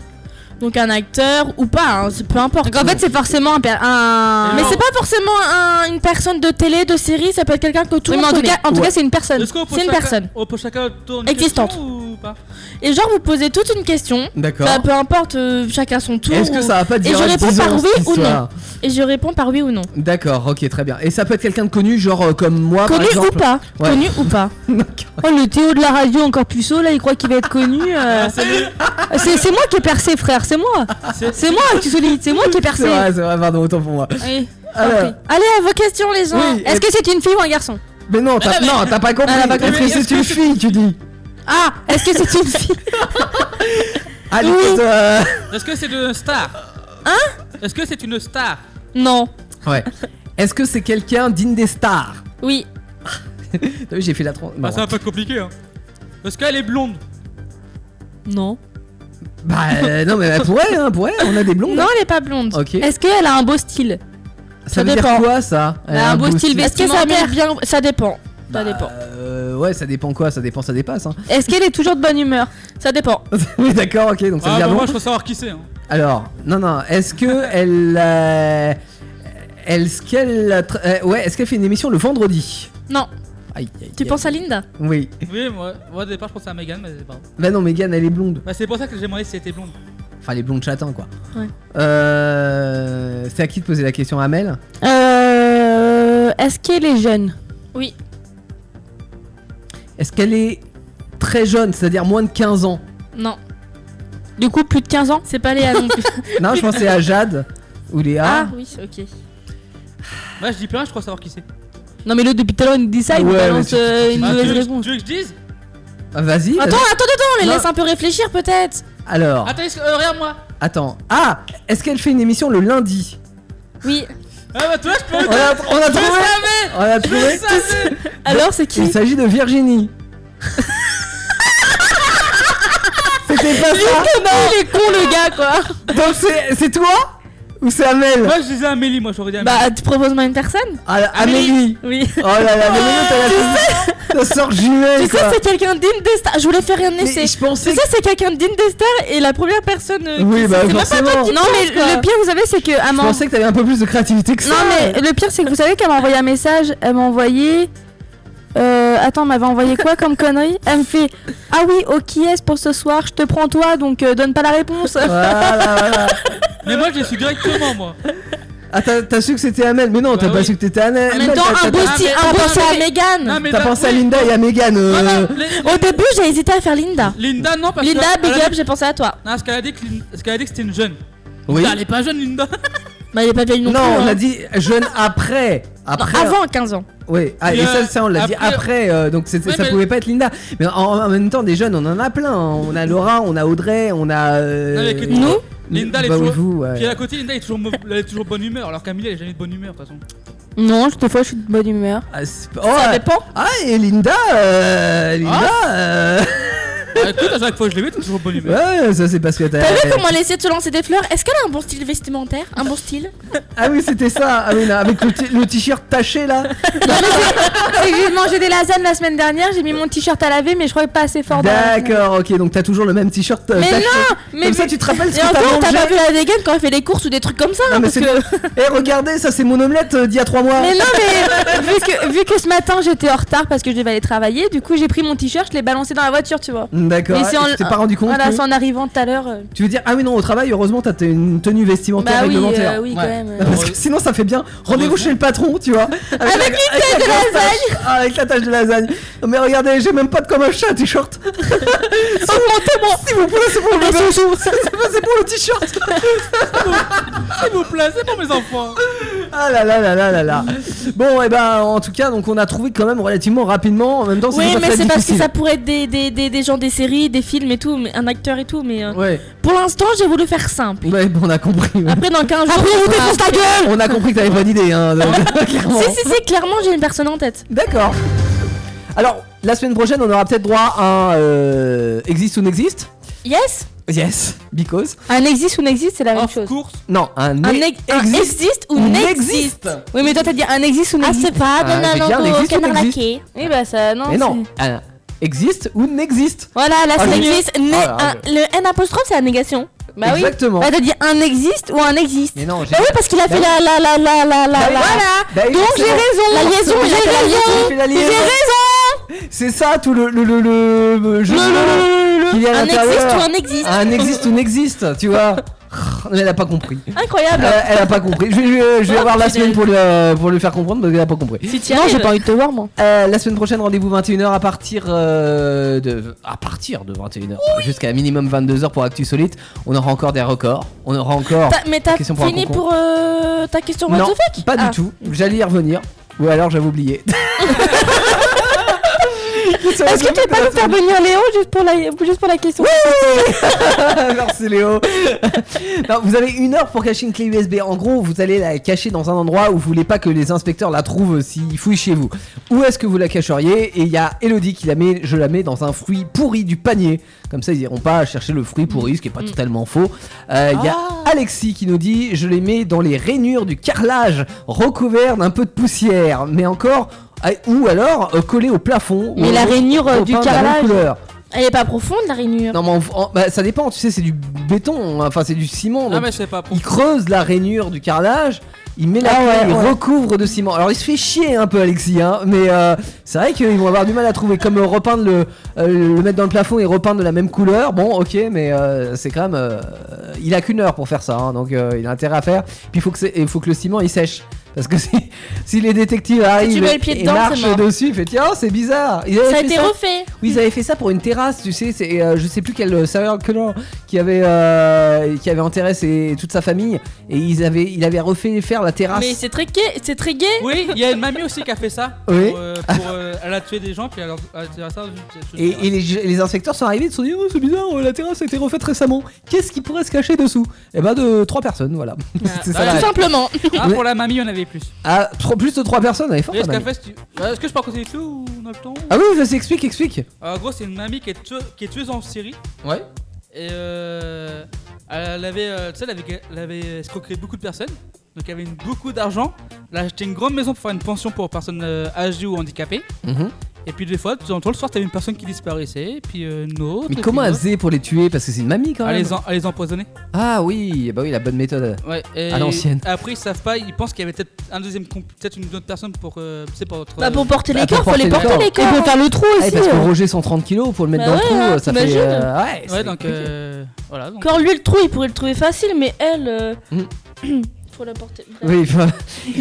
Speaker 7: donc un acteur ou pas, hein, c'est- peu importe.
Speaker 2: Donc en fait,
Speaker 7: c'est forcément un... Ah. Mais c'est pas forcément un- une personne de télé, de série, ça peut être quelqu'un que tout le
Speaker 2: Oui, mais
Speaker 7: monde
Speaker 2: en tout
Speaker 7: connaît.
Speaker 2: cas- en tout cas, Ouais.
Speaker 7: c'est une personne.
Speaker 6: Est-ce qu'on pose
Speaker 7: C'est une
Speaker 6: chacun-
Speaker 7: personne.
Speaker 6: On peut chacun tourner
Speaker 7: Existante.
Speaker 6: ou pas
Speaker 7: Et genre, vous posez toute une question,
Speaker 4: D'accord.
Speaker 7: bah, peu importe, euh, chacun son tour.
Speaker 4: Est-ce que
Speaker 7: ou-
Speaker 4: ça va pas dire
Speaker 7: je
Speaker 4: à
Speaker 7: réponds
Speaker 4: 10
Speaker 7: par
Speaker 4: ans,
Speaker 7: oui
Speaker 4: cette
Speaker 7: ou non.
Speaker 4: histoire
Speaker 7: Et je réponds par oui ou non.
Speaker 4: D'accord, ok, très bien. Et ça peut être quelqu'un de connu, genre euh, comme moi,
Speaker 7: Connu
Speaker 4: par exemple
Speaker 7: ou pas
Speaker 4: Ouais.
Speaker 7: Connu ou pas
Speaker 4: D'accord.
Speaker 7: Oh le Théo de la radio encore puceau là il croit qu'il va être connu
Speaker 6: Ah,
Speaker 7: euh, C'est moi qui ai percé frère c'est moi C'est moi tu solides c'est moi qui ai
Speaker 4: C'est vrai, c'est vrai, pardon, autant pour moi. Alors,
Speaker 7: Allez à vos questions les gens
Speaker 4: Oui,
Speaker 7: Est-ce
Speaker 4: et-
Speaker 7: que c'est une fille ou un garçon
Speaker 4: mais non, t'as non, t'as pas compris.
Speaker 7: Elle a pas
Speaker 4: Est-ce
Speaker 7: compris.
Speaker 4: que c'est une fille, tu dis
Speaker 7: Ah est-ce que c'est une fille
Speaker 4: Allez, euh,
Speaker 6: Est-ce que c'est une star Hein Est-ce que c'est une star
Speaker 7: Non
Speaker 4: Ouais. Est-ce que c'est quelqu'un digne des stars
Speaker 7: Oui Ah,
Speaker 4: T'as vu, j'ai fait la tronche.
Speaker 6: Bah, c'est un peu compliqué, hein. Est-ce qu'elle est blonde
Speaker 7: Non
Speaker 4: Bah euh, non mais bah, pour elle, hein, pour elle, on a des blondes.
Speaker 7: Non elle est pas blonde
Speaker 4: Ok.
Speaker 7: Est-ce qu'elle a un beau style
Speaker 4: ça
Speaker 7: ça
Speaker 4: veut dire
Speaker 7: dépend. Bah,
Speaker 4: quoi ça Elle a
Speaker 7: un beau style
Speaker 4: style Bah.
Speaker 7: Est-ce que ça met bien Ça dépend ça dépend.
Speaker 4: Euh, ouais, ça dépend quoi Ça dépend, ça dépasse. Hein.
Speaker 7: Est-ce qu'elle est toujours de bonne humeur Ça dépend.
Speaker 4: oui, d'accord, ok. Donc ça veut
Speaker 6: Ah,
Speaker 4: dire
Speaker 6: bah,
Speaker 4: blonde.
Speaker 6: moi je veux savoir qui c'est. Hein.
Speaker 4: Alors, non, non. Est-ce que elle, euh, est-ce qu'elle, a tra- euh, ouais, est-ce qu'elle fait une émission le vendredi
Speaker 7: Non.
Speaker 4: Aïe, aïe,
Speaker 7: Tu
Speaker 4: aïe.
Speaker 7: penses à Linda
Speaker 4: Oui.
Speaker 6: Oui, moi, moi au départ je pensais à Megan, mais c'est pas grave.
Speaker 4: Bah non, Megan, elle est blonde.
Speaker 6: Bah, c'est pour ça que j'ai demandé si elle était blonde.
Speaker 4: Enfin, elle est blonde châtain, quoi.
Speaker 7: Ouais.
Speaker 4: Euh, c'est à qui de poser la question, Amel
Speaker 7: Euh, Est-ce qu'elle est jeune Oui.
Speaker 4: Est-ce qu'elle est très jeune, c'est-à-dire moins de 15 ans
Speaker 7: Non. Du coup, plus de 15 ans C'est pas Léa non plus.
Speaker 4: Non, je pensais à Jade ou Léa.
Speaker 7: ah oui, ok.
Speaker 6: Bah, je dis plus rien, je crois savoir qui c'est.
Speaker 7: Non, mais l'autre depuis tout à l'heure, il dit ça, il
Speaker 4: Ouais,
Speaker 7: nous
Speaker 4: mais
Speaker 7: balance
Speaker 4: tu-
Speaker 7: euh, une
Speaker 6: Bah, tu,
Speaker 7: mauvaise
Speaker 6: veux,
Speaker 7: réponse.
Speaker 6: tu veux que je dise
Speaker 4: Ah, Vas-y.
Speaker 7: Attends, attends, attends, les
Speaker 4: Non.
Speaker 7: laisse un peu réfléchir peut-être.
Speaker 4: Alors,
Speaker 6: Attends, est-ce que- euh, regarde-moi.
Speaker 4: attends. Ah, est-ce qu'elle fait une émission le lundi
Speaker 7: Oui.
Speaker 6: Ah, bah, toi, je peux.
Speaker 4: On a, on a trouvé. On a
Speaker 6: Je
Speaker 4: trouvé.
Speaker 6: savais
Speaker 7: Ah, Alors, c'est
Speaker 4: Il
Speaker 7: qui
Speaker 4: s'agit de Virginie. C'était pas ça.
Speaker 7: il est con le gars quoi
Speaker 4: Donc c'est c'est toi ou c'est Amel
Speaker 6: Moi, je disais Amélie, moi, j'aurais dit Amélie.
Speaker 7: Bah, tu proposes-moi une personne
Speaker 4: Ah, la- Amélie.
Speaker 7: Oui.
Speaker 4: Oh là là, mais non, t'as la ta sœur jumelle.
Speaker 7: Tu sais,
Speaker 4: quoi.
Speaker 7: c'est quelqu'un digne des stars. Je voulais faire un
Speaker 4: Mais
Speaker 7: essai.
Speaker 4: je pensais.
Speaker 7: Tu sais, c'est quelqu'un digne des stars et la première personne. euh,
Speaker 4: Oui,
Speaker 7: qui-
Speaker 4: bah,
Speaker 7: c'est même pas toi
Speaker 4: forcément.
Speaker 7: qui Non, mais le pire, vous savez, c'est que
Speaker 4: Je
Speaker 7: Amanda.
Speaker 4: pensais que t'avais un peu plus de créativité que ça.
Speaker 7: Non mais le pire c'est que vous savez qu'elle m'a envoyé un message, elle m'a envoyé... Euh, attends, elle m'avait envoyé quoi comme connerie Elle me fait « Ah oui, au qui est-ce pour ce soir Je te prends toi, donc euh, donne pas la réponse
Speaker 4: Voilà, voilà.
Speaker 6: Mais moi, je l'ai su directement, moi.
Speaker 4: Ah, t'as t'as su que c'était Amel, mais non, t'as
Speaker 6: Bah
Speaker 4: pas
Speaker 6: oui.
Speaker 4: su que t'étais Amel. ».
Speaker 7: En même temps,
Speaker 4: t'as-
Speaker 7: un beau
Speaker 4: t'as-
Speaker 7: style,
Speaker 6: Ah,
Speaker 7: un
Speaker 6: mais-
Speaker 7: beau style à
Speaker 6: mais-
Speaker 7: Mégane
Speaker 6: Non, mais
Speaker 4: T'as
Speaker 6: là-
Speaker 4: pensé à
Speaker 6: oui.
Speaker 4: Linda et à Megan.
Speaker 6: Non, non,
Speaker 4: euh,
Speaker 6: les-
Speaker 7: Au début, j'ai hésité à faire Linda.
Speaker 6: Linda, non, parce que.
Speaker 7: Linda,
Speaker 6: elle
Speaker 7: big
Speaker 6: a
Speaker 7: up,
Speaker 6: dit-
Speaker 7: j'ai pensé à toi.
Speaker 6: Non, ce qu'elle a dit, que Lin- ce qu'elle a dit que c'était une jeune.
Speaker 4: Oui.
Speaker 6: Linda, elle est pas jeune, Linda.
Speaker 7: Bah, il est pas vieille non,
Speaker 4: Non,
Speaker 7: plus.
Speaker 4: on
Speaker 7: hein.
Speaker 4: l'a dit jeune après.
Speaker 7: Non,
Speaker 4: Après. hein.
Speaker 7: avant 15 ans.
Speaker 4: Oui, ah, et
Speaker 6: Euh,
Speaker 4: ça, ça on l'a dit
Speaker 6: après-
Speaker 4: après, euh, donc c'est-
Speaker 6: Ouais,
Speaker 4: ça
Speaker 6: mais-
Speaker 4: pouvait pas être Linda. Mais en, en même temps, des jeunes, on en a plein. hein. On a Laura, on a Audrey, on a. euh,
Speaker 6: Non, mais écoute,
Speaker 7: Nous
Speaker 6: Linda, elle est
Speaker 4: bah, oui,
Speaker 6: toujours-
Speaker 4: vous, ouais.
Speaker 7: euh,
Speaker 6: Puis à côté, Linda est toujours, mau- elle est toujours de bonne humeur, alors Camilla, elle est jamais de bonne humeur de toute façon.
Speaker 7: Non, je- des fois, je suis de bonne humeur.
Speaker 4: Ah, c'est- oh,
Speaker 7: Ça
Speaker 4: ah,
Speaker 7: dépend.
Speaker 4: ah, et Linda, euh, Linda, euh,
Speaker 6: Ah, écoute, à chaque fois que je l'ai vu, t'es toujours de bonne humeur.
Speaker 4: ouais, ça c'est parce que t'as.
Speaker 7: T'as vu comment elle essaie de se lancer des fleurs Est-ce qu'elle a un bon style vestimentaire Un bon style
Speaker 4: Ah oui, c'était ça. Ah oui, là, avec le t- le t-shirt taché là.
Speaker 7: Et J'ai mangé des lasagnes la semaine dernière, j'ai mis mon t-shirt à laver, mais je croyais pas assez fort. dans la-
Speaker 4: D'accord, ok, donc t'as toujours le même t-shirt euh,
Speaker 7: Mais
Speaker 4: taché.
Speaker 7: non Mais
Speaker 4: Comme ça, tu te rappelles ce
Speaker 7: Et
Speaker 4: que t'as
Speaker 7: encore, t'as
Speaker 4: mangé
Speaker 7: pas vu la vegan quand elle fait les courses ou des trucs comme ça
Speaker 4: Non,
Speaker 7: hein,
Speaker 4: mais
Speaker 7: parce
Speaker 4: c'est.
Speaker 7: que-
Speaker 4: Eh, regardez, ça c'est mon omelette euh, d'il y a 3 mois.
Speaker 7: Mais non, mais vu que, vu que ce matin j'étais en retard parce que je devais aller travailler, du coup j'ai pris mon t-shirt, je l'ai balancé dans la voiture, tu vois.
Speaker 4: D'accord,
Speaker 7: Mais
Speaker 4: ah,
Speaker 7: c'est en-
Speaker 4: tu t'es pas rendu compte
Speaker 7: Voilà,
Speaker 4: que-
Speaker 7: c'est en arrivant tout à l'heure. euh.
Speaker 4: Tu veux dire, ah oui, non, au travail, heureusement, t'as t- une tenue vestimentaire
Speaker 7: Bah oui,
Speaker 4: réglementaire.
Speaker 7: euh, oui, quand
Speaker 4: Ouais.
Speaker 7: même. euh.
Speaker 4: Parce que sinon, ça fait bien. Rendez-vous chez le patron, tu vois. Avec, une
Speaker 7: tête de
Speaker 4: lasagne. avec la tâche de lasagne. Non, mais regardez, j'ai même pas de comme un chat t-shirt. oh mon Si vous voulez, c'est pour le
Speaker 7: Ah,
Speaker 4: bébé. C'est pas- c'est pour le t-shirt.
Speaker 6: S'il vous plaît, c'est pour mes enfants.
Speaker 4: Ah là là là là là là. Bon, et ben, en tout cas, donc on a trouvé quand même relativement rapidement. En même temps,
Speaker 7: Oui,
Speaker 4: pas
Speaker 7: mais
Speaker 4: très
Speaker 7: c'est parce que
Speaker 4: difficile.
Speaker 7: ça pourrait être des, des, des, des gens des séries, des films et tout, mais un acteur et tout, mais euh,
Speaker 4: Ouais,
Speaker 7: pour l'instant j'ai voulu faire simple.
Speaker 4: ouais, bon, on a compris. ouais.
Speaker 7: Après dans 15 jours. on verra.
Speaker 4: On a compris que t'avais pas d'idée, hein. donc, clairement.
Speaker 7: Si, si, si, clairement j'ai une personne en tête.
Speaker 4: D'accord. Alors, la semaine prochaine, on aura peut-être droit à un euh, existe ou n'existe.
Speaker 7: Yes
Speaker 4: Yes, because.
Speaker 7: Un existe ou n'existe, c'est la même
Speaker 6: Off
Speaker 7: chose.
Speaker 6: course.
Speaker 4: Non, un,
Speaker 7: Un,
Speaker 4: e-
Speaker 7: ex- un existe ou n'existe Oui, mais toi t'as dit un existe ou n'existe. Ah, c'est pas,
Speaker 4: Ah, j'ai dit un existe ou n'existe.
Speaker 7: Oui, bah ça, non.
Speaker 4: Mais non,
Speaker 7: c'est-
Speaker 4: un existe ou n'existe.
Speaker 7: Voilà, là
Speaker 4: Ah,
Speaker 7: c'est
Speaker 4: j'ai-
Speaker 7: existe. né-
Speaker 4: Ah, là,
Speaker 7: un- Le N apostrophe, c'est la négation. Bah oui.
Speaker 4: Exactement.
Speaker 7: Bah t'as dit un existe ou un existe.
Speaker 4: Mais non, j'ai.
Speaker 7: Bah oui, parce qu'il a fait la la la la la la la.
Speaker 4: Bah oui,
Speaker 7: Donc j'ai
Speaker 4: c'est bon.
Speaker 7: raison. La liaison, j'ai
Speaker 4: J'ai fait
Speaker 7: raison.
Speaker 4: la
Speaker 7: J'ai
Speaker 4: liaison.
Speaker 7: raison.
Speaker 4: C'est ça tout le le le le le jeu qu'il y a à
Speaker 7: Un existe
Speaker 4: l'intérieur.
Speaker 7: ou un existe.
Speaker 4: Un existe ou n'existe, tu vois. Elle a pas compris.
Speaker 7: Incroyable.
Speaker 4: Elle, elle a pas compris. Je, vais- je vais- je vais
Speaker 7: Ah,
Speaker 4: voir la
Speaker 7: punaise.
Speaker 4: semaine pour le, pour le faire comprendre parce qu'elle a pas compris.
Speaker 7: Si tu Non, j'ai pas envie de te voir moi.
Speaker 4: Euh, la semaine prochaine, rendez-vous 21h à partir euh, de à partir de 21h jusqu'à minimum 22h pour Actu Solite. On aura encore des records. On aura encore
Speaker 7: T'as- Mais t'as
Speaker 4: Question pour un
Speaker 7: fini
Speaker 4: concours.
Speaker 7: pour euh, ta question what
Speaker 4: Non,
Speaker 7: the fuck
Speaker 4: pas du
Speaker 7: Ah.
Speaker 4: tout. J'allais y revenir. Ou alors j'avais oublié.
Speaker 7: Est-ce que tu peux pas nous faire venir Léo juste pour la juste pour la question
Speaker 4: Merci Léo. Non, vous avez une heure pour cacher une clé USB. En gros, vous allez la cacher dans un endroit où vous voulez pas que les inspecteurs la trouvent s'ils fouillent chez vous. Où est-ce que vous la cacheriez Et il y a Elodie qui la met, je la mets dans un fruit pourri du panier. Comme ça, ils iront pas chercher le fruit pourri, ce qui est pas
Speaker 7: Mm.
Speaker 4: totalement faux. Euh, Il y a
Speaker 7: Ah.
Speaker 4: Alexis qui nous dit Je les mets dans les rainures du carrelage, recouverts d'un peu de poussière. Mais encore. ah, Ou alors euh, collées au plafond.
Speaker 7: Mais
Speaker 4: ou
Speaker 7: la
Speaker 4: au-
Speaker 7: rainure,
Speaker 4: au
Speaker 7: euh, du
Speaker 4: pain de la même
Speaker 7: carrelage.
Speaker 4: couleur.
Speaker 7: Elle est pas profonde la rainure.
Speaker 4: Non mais en- en- bah, ça dépend, tu sais c'est du béton, hein, enfin c'est du ciment.
Speaker 6: Ah,
Speaker 4: donc
Speaker 6: mais c'est pas pour.
Speaker 4: Il creuse la rainure du carrelage, il met la
Speaker 7: Ah
Speaker 4: clé,
Speaker 7: ouais,
Speaker 4: il
Speaker 7: ouais.
Speaker 4: recouvre de ciment. Alors il se fait chier un peu Alexis, hein, mais euh, c'est vrai qu'ils vont avoir du mal à trouver. Comme euh, repeindre le, euh, le mettre dans le plafond et repeindre de la même couleur, bon ok mais euh, c'est quand même... euh, il a qu'une heure pour faire ça, hein, donc euh, il a intérêt à faire. Puis il faut que, c'est- il faut que le ciment il sèche. Parce que si, si les détectives arrivent
Speaker 7: mets le pied
Speaker 4: et
Speaker 7: dedans, c'est
Speaker 4: marchent
Speaker 7: mort.
Speaker 4: dessus, il fait tiens oh, c'est bizarre. Ils avaient
Speaker 7: Ça a
Speaker 4: fait
Speaker 7: été refait.
Speaker 4: oui, ils avaient fait ça pour une terrasse, tu sais, c'est euh, je sais plus quel euh, saveur que l'on qui avait euh, qui avait enterré ses- toute sa famille et ils avaient il avait refait faire la terrasse.
Speaker 7: Mais c'est très gay, c'est très gay.
Speaker 6: Oui, il y a une mamie aussi qui a fait ça.
Speaker 4: Oui.
Speaker 6: Pour, euh, pour, euh, elle a tué des gens, puis elle a elle a tiré ça. dans une petite-
Speaker 4: Et, et les, et les inspecteurs sont arrivés et se sont dit oh, c'est bizarre euh, la terrasse a été refaite récemment. Qu'est-ce qui pourrait se cacher dessous Eh ben de trois personnes voilà. c'est ça.
Speaker 6: Ah,
Speaker 7: Tout
Speaker 4: la-
Speaker 7: simplement.
Speaker 6: Ah, pour la mamie, on avait plus.
Speaker 4: Ah, trop- plus de trois personnes, elle est forte.
Speaker 6: Et ce
Speaker 4: la
Speaker 6: qu'elle
Speaker 4: mamie.
Speaker 6: fait, c'est- Euh, Est-ce que je peux raconter tout ou on a le temps
Speaker 4: Ah oui, vas-y explique explique.
Speaker 6: En gros, c'est une mamie qui est, tue- qui est tueuse en Syrie.
Speaker 4: Ouais.
Speaker 6: Et euh, elle avait, euh, tu sais, elle avait, elle avait escroqué beaucoup de personnes. Donc elle avait une- beaucoup d'argent. Elle a acheté une grande maison pour faire une pension pour personnes euh, âgées ou handicapées.
Speaker 4: Mhm.
Speaker 6: Et puis des fois, de temps en temps, le soir, t'avais une personne qui disparaissait, puis euh, une autre.
Speaker 4: Mais
Speaker 6: et
Speaker 4: comment
Speaker 6: puis
Speaker 4: elle
Speaker 6: une
Speaker 7: hein.
Speaker 6: autre.
Speaker 4: faisait pour les tuer parce que c'est une mamie quand
Speaker 6: à
Speaker 4: même.
Speaker 6: les, en- à les empoisonner.
Speaker 4: Ah oui, bah oui la bonne
Speaker 7: Ah,
Speaker 4: méthode.
Speaker 6: Ouais, et
Speaker 4: À l'ancienne.
Speaker 6: Après, ils savent pas, ils pensent qu'il y avait peut-être un deuxième, comp- peut-être une autre personne pour. euh, tu sais, pour notre.
Speaker 7: Bah pour porter
Speaker 4: Bah,
Speaker 7: les
Speaker 4: pour
Speaker 7: corps, faut les
Speaker 4: porter les
Speaker 7: porter les
Speaker 4: corps.
Speaker 7: corps. hein. Et pour faire le trou
Speaker 4: Ah, parce que Roger 130 kilos pour le mettre
Speaker 7: Bah
Speaker 4: dans le
Speaker 7: ouais,
Speaker 4: trou,
Speaker 7: hein,
Speaker 4: ça fait
Speaker 7: t'imagines
Speaker 4: euh, ouais. c'est
Speaker 6: ouais, donc euh, voilà. donc.
Speaker 7: Encore lui le trou, il pourrait le trouver facile, mais elle, euh, faut la porter. Bref.
Speaker 4: Oui, enfin,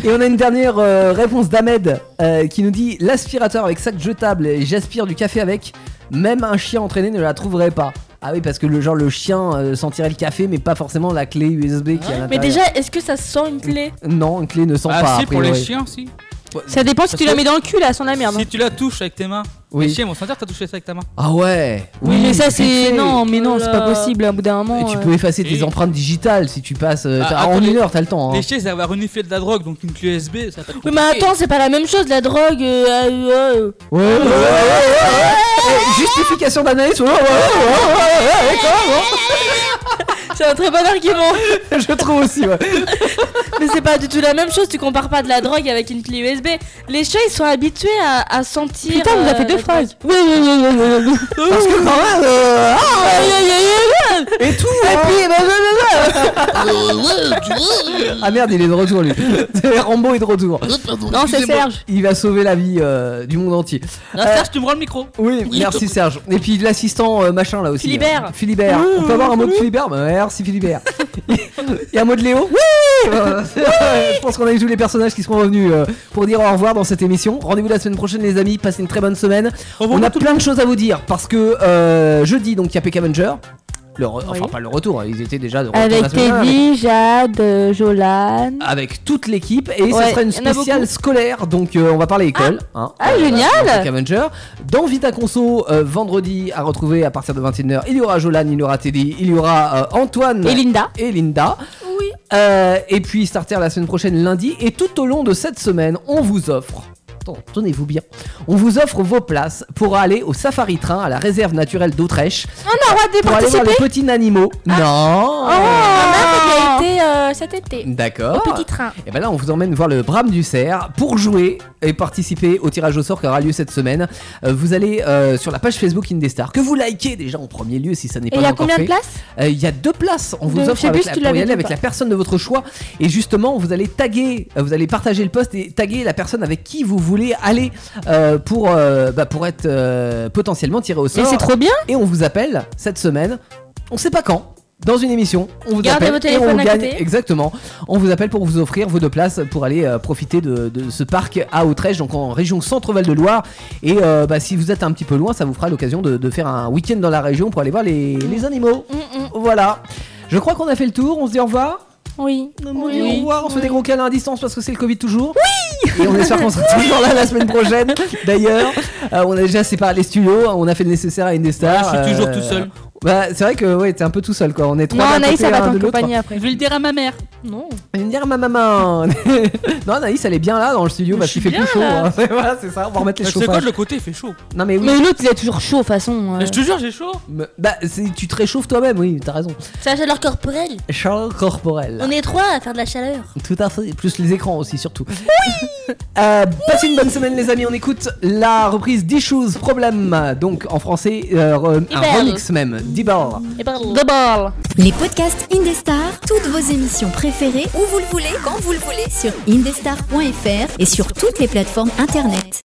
Speaker 4: et on a une dernière euh, réponse d'Ahmed euh, qui nous dit l'aspirateur avec sac jetable et j'aspire du café avec, même un chien entraîné ne la trouverait pas. Ah oui, parce que le genre le chien euh, sentirait le café, mais pas forcément la clé USB qui est à l'intérieur.
Speaker 7: Mais déjà, est-ce que ça sent une clé
Speaker 4: non, une clé ne sent
Speaker 6: Ah
Speaker 4: pas.
Speaker 6: si,
Speaker 4: a
Speaker 6: pour les
Speaker 4: priori. Ah,
Speaker 6: chiens, si.
Speaker 7: Ça dépend si
Speaker 6: Parce
Speaker 7: tu la
Speaker 6: que-
Speaker 7: mets dans le cul là, sans la merde.
Speaker 6: Si tu la touches avec tes mains,
Speaker 4: Oui.
Speaker 6: les chiens vont sentir que t'as touché ça avec ta main.
Speaker 4: Ah ouais.
Speaker 7: Oui, mais ça
Speaker 4: vite
Speaker 7: c'est.
Speaker 4: fait.
Speaker 7: Non, mais non, c'est pas
Speaker 5: Voilà.
Speaker 7: possible. À bout d'un moment.
Speaker 4: Et tu
Speaker 7: euh,
Speaker 4: peux effacer tes
Speaker 6: Et-
Speaker 4: empreintes digitales si tu passes. euh,
Speaker 6: Ah,
Speaker 4: t'as- en
Speaker 6: attendez.
Speaker 4: une heure, t'as le temps. hein.
Speaker 6: Les chiens, ça va renifler de la drogue, donc une clé USB, ça va être
Speaker 7: Oui, mais
Speaker 6: compliqué.
Speaker 7: attends, c'est pas la même chose, la drogue. euh, ah, euh, euh.
Speaker 4: Ouais, ouais, ouais, ouais, ouais, ouais, ouais. Eh, Justification d'analyse. ouais, ouais, ouais, ouais, ouais, ouais, quand
Speaker 7: C'est un très bon argument.
Speaker 4: même, hein. Je trouve aussi. ouais.
Speaker 7: mais c'est pas du tout la même chose, tu compares pas de la drogue avec une clé USB. Les chats, ils sont habitués à, à sentir. euh,
Speaker 5: Putain, on a fait deux
Speaker 7: la
Speaker 5: phrases.
Speaker 7: drogue. Oui, oui, oui, oui, oui, oui.
Speaker 4: Parce que quand même. euh, ah,
Speaker 7: Aïe, aïe, aïe, aïe, aïe.
Speaker 4: et tout. hein.
Speaker 9: Euh, ouais, tu vois.
Speaker 4: Ah merde, il est de retour lui. Rambo est de retour.
Speaker 9: euh, pardon,
Speaker 7: Non, c'est
Speaker 9: excusez-moi.
Speaker 7: Serge.
Speaker 4: Il va sauver la vie euh, du monde entier.
Speaker 6: Non,
Speaker 4: euh,
Speaker 6: Serge, tu me rends le micro.
Speaker 4: Oui,
Speaker 9: Oui,
Speaker 4: merci
Speaker 9: donc-
Speaker 4: Serge. Et puis l'assistant euh, machin là aussi.
Speaker 7: Philibert.
Speaker 4: Euh, Philibert. On peut avoir un mot de Philibert Bah, Merci Philibert. Et un mot de Léo Oui Euh, Je pense qu'on a eu tous les personnages qui seront revenus euh, pour dire au revoir dans cette émission. Rendez-vous la semaine prochaine les amis, passez une très bonne semaine. On a plein de choses à vous dire parce que euh, jeudi donc il y a PK Avenger. Le re- Enfin
Speaker 7: Oui.
Speaker 4: pas le retour, hein. ils étaient déjà de retour la semaine
Speaker 5: Avec
Speaker 4: dernière, mais-
Speaker 5: Teddy, Jade, euh, Jolan.
Speaker 4: Avec toute l'équipe et ça
Speaker 5: Ouais,
Speaker 4: sera une
Speaker 5: y en a
Speaker 4: spéciale
Speaker 5: beaucoup.
Speaker 4: scolaire donc euh, on va parler école. hein.
Speaker 5: Ah, génial
Speaker 4: Patrick Avenger. Dans Vita Conso, euh, vendredi à retrouver à partir de 21h, il y aura Jolan, il y aura Teddy, il y aura euh, Antoine
Speaker 5: Et Linda.
Speaker 4: et Linda.
Speaker 7: Oui.
Speaker 4: Euh, et puis Starter la semaine prochaine lundi. Et tout au long de cette semaine, on vous offre. Attends, Tenez-vous bien. On vous offre vos places pour aller au Safari Train à la réserve naturelle d'Autrèche
Speaker 5: On a droit de
Speaker 4: pour aller voir
Speaker 5: participer.
Speaker 4: les petits animaux. Non.
Speaker 5: Oh.
Speaker 7: Ah, il a été euh, cet été.
Speaker 4: D'accord.
Speaker 7: Au petit train.
Speaker 4: Et ben là, on vous emmène voir le Brame du cerf pour jouer et participer au tirage au sort qui aura lieu cette semaine. Euh, vous allez euh, sur la page Facebook Indestar que vous likez déjà en premier lieu si ça n'est pas
Speaker 5: Et il y a
Speaker 4: encore
Speaker 5: combien de
Speaker 4: fait.
Speaker 5: places
Speaker 4: Euh, Il y a deux places. On vous
Speaker 5: Deux, je
Speaker 4: offre
Speaker 5: sais
Speaker 4: avec,
Speaker 5: plus
Speaker 4: la,
Speaker 5: si tu
Speaker 4: pour y
Speaker 5: l'avais
Speaker 4: aller
Speaker 5: dit ou
Speaker 4: avec
Speaker 5: pas.
Speaker 4: la personne de votre choix. Et justement, vous allez taguer, euh, vous allez partager le post et taguer la personne avec qui vous voulez aller euh, pour euh, bah, pour être euh, potentiellement tiré au
Speaker 5: Mais
Speaker 4: sort.
Speaker 5: c'est trop bien.
Speaker 4: Et on vous appelle cette semaine. On sait pas quand. Dans une émission, on vous
Speaker 7: Gardez
Speaker 4: appelle
Speaker 7: vos
Speaker 4: et on
Speaker 7: téléphones à
Speaker 4: gagne
Speaker 7: côté.
Speaker 4: exactement. On vous appelle pour vous offrir vos deux places pour aller euh, profiter de, de ce parc à Autrèche, donc en région Centre-Val de Loire. Et euh, bah, si vous êtes un petit peu loin, ça vous fera l'occasion de, de faire un week-end dans la région pour aller voir les, les animaux.
Speaker 7: Mm, mm.
Speaker 4: Voilà. Je crois qu'on a fait le tour. On se dit au revoir.
Speaker 7: Oui.
Speaker 4: On dit au revoir. On se fait des gros câlins à distance parce que c'est le Covid toujours. Oui. Et on espère qu'on sera toujours là la semaine prochaine. D'ailleurs, euh, on a déjà séparé les studios. hein, On a fait le nécessaire à Indestar.
Speaker 6: Ouais, je suis toujours
Speaker 4: Euh,
Speaker 6: tout seul.
Speaker 4: Bah, c'est vrai que ouais, t'es un peu tout seul quoi. On est trois.
Speaker 5: Non,
Speaker 4: d'un
Speaker 5: Anaïs,
Speaker 4: côté,
Speaker 5: ça va
Speaker 4: un de
Speaker 5: t'en
Speaker 4: l'autre.
Speaker 5: compagnie après.
Speaker 6: Je vais le dire à ma mère.
Speaker 7: Non.
Speaker 4: Elle vient me dire ma maman. non, Anaïs, elle est bien là dans le studio
Speaker 7: Mais
Speaker 4: parce
Speaker 7: je
Speaker 4: qu'il fait
Speaker 7: suis
Speaker 4: plus chaud.
Speaker 7: bien, là.
Speaker 4: hein. voilà, c'est ça. On va remettre les
Speaker 6: Parce que quand
Speaker 4: chauffages.
Speaker 6: Bah, le côté, il fait chaud.
Speaker 4: Non, mais oui.
Speaker 7: Mais l'autre, il a toujours chaud, de toute façon. euh.
Speaker 6: Je te jure, j'ai chaud.
Speaker 4: Me- Bah, c'est- tu te réchauffes toi-même, oui, t'as raison.
Speaker 7: C'est la chaleur corporelle.
Speaker 4: Chaleur corporelle.
Speaker 7: est trois à faire de la chaleur.
Speaker 4: Tout à fait, plus les écrans aussi surtout. Euh, passez une bonne semaine les amis, on écoute la reprise d'Issues Problem, donc en français euh, re- un
Speaker 7: Ibel.
Speaker 4: remix même, d'Ibel.
Speaker 7: Et D'abord.
Speaker 2: Les podcasts Indestar, toutes vos émissions préférées, où vous le voulez, quand vous le voulez, sur indestar.fr et sur toutes les plateformes internet.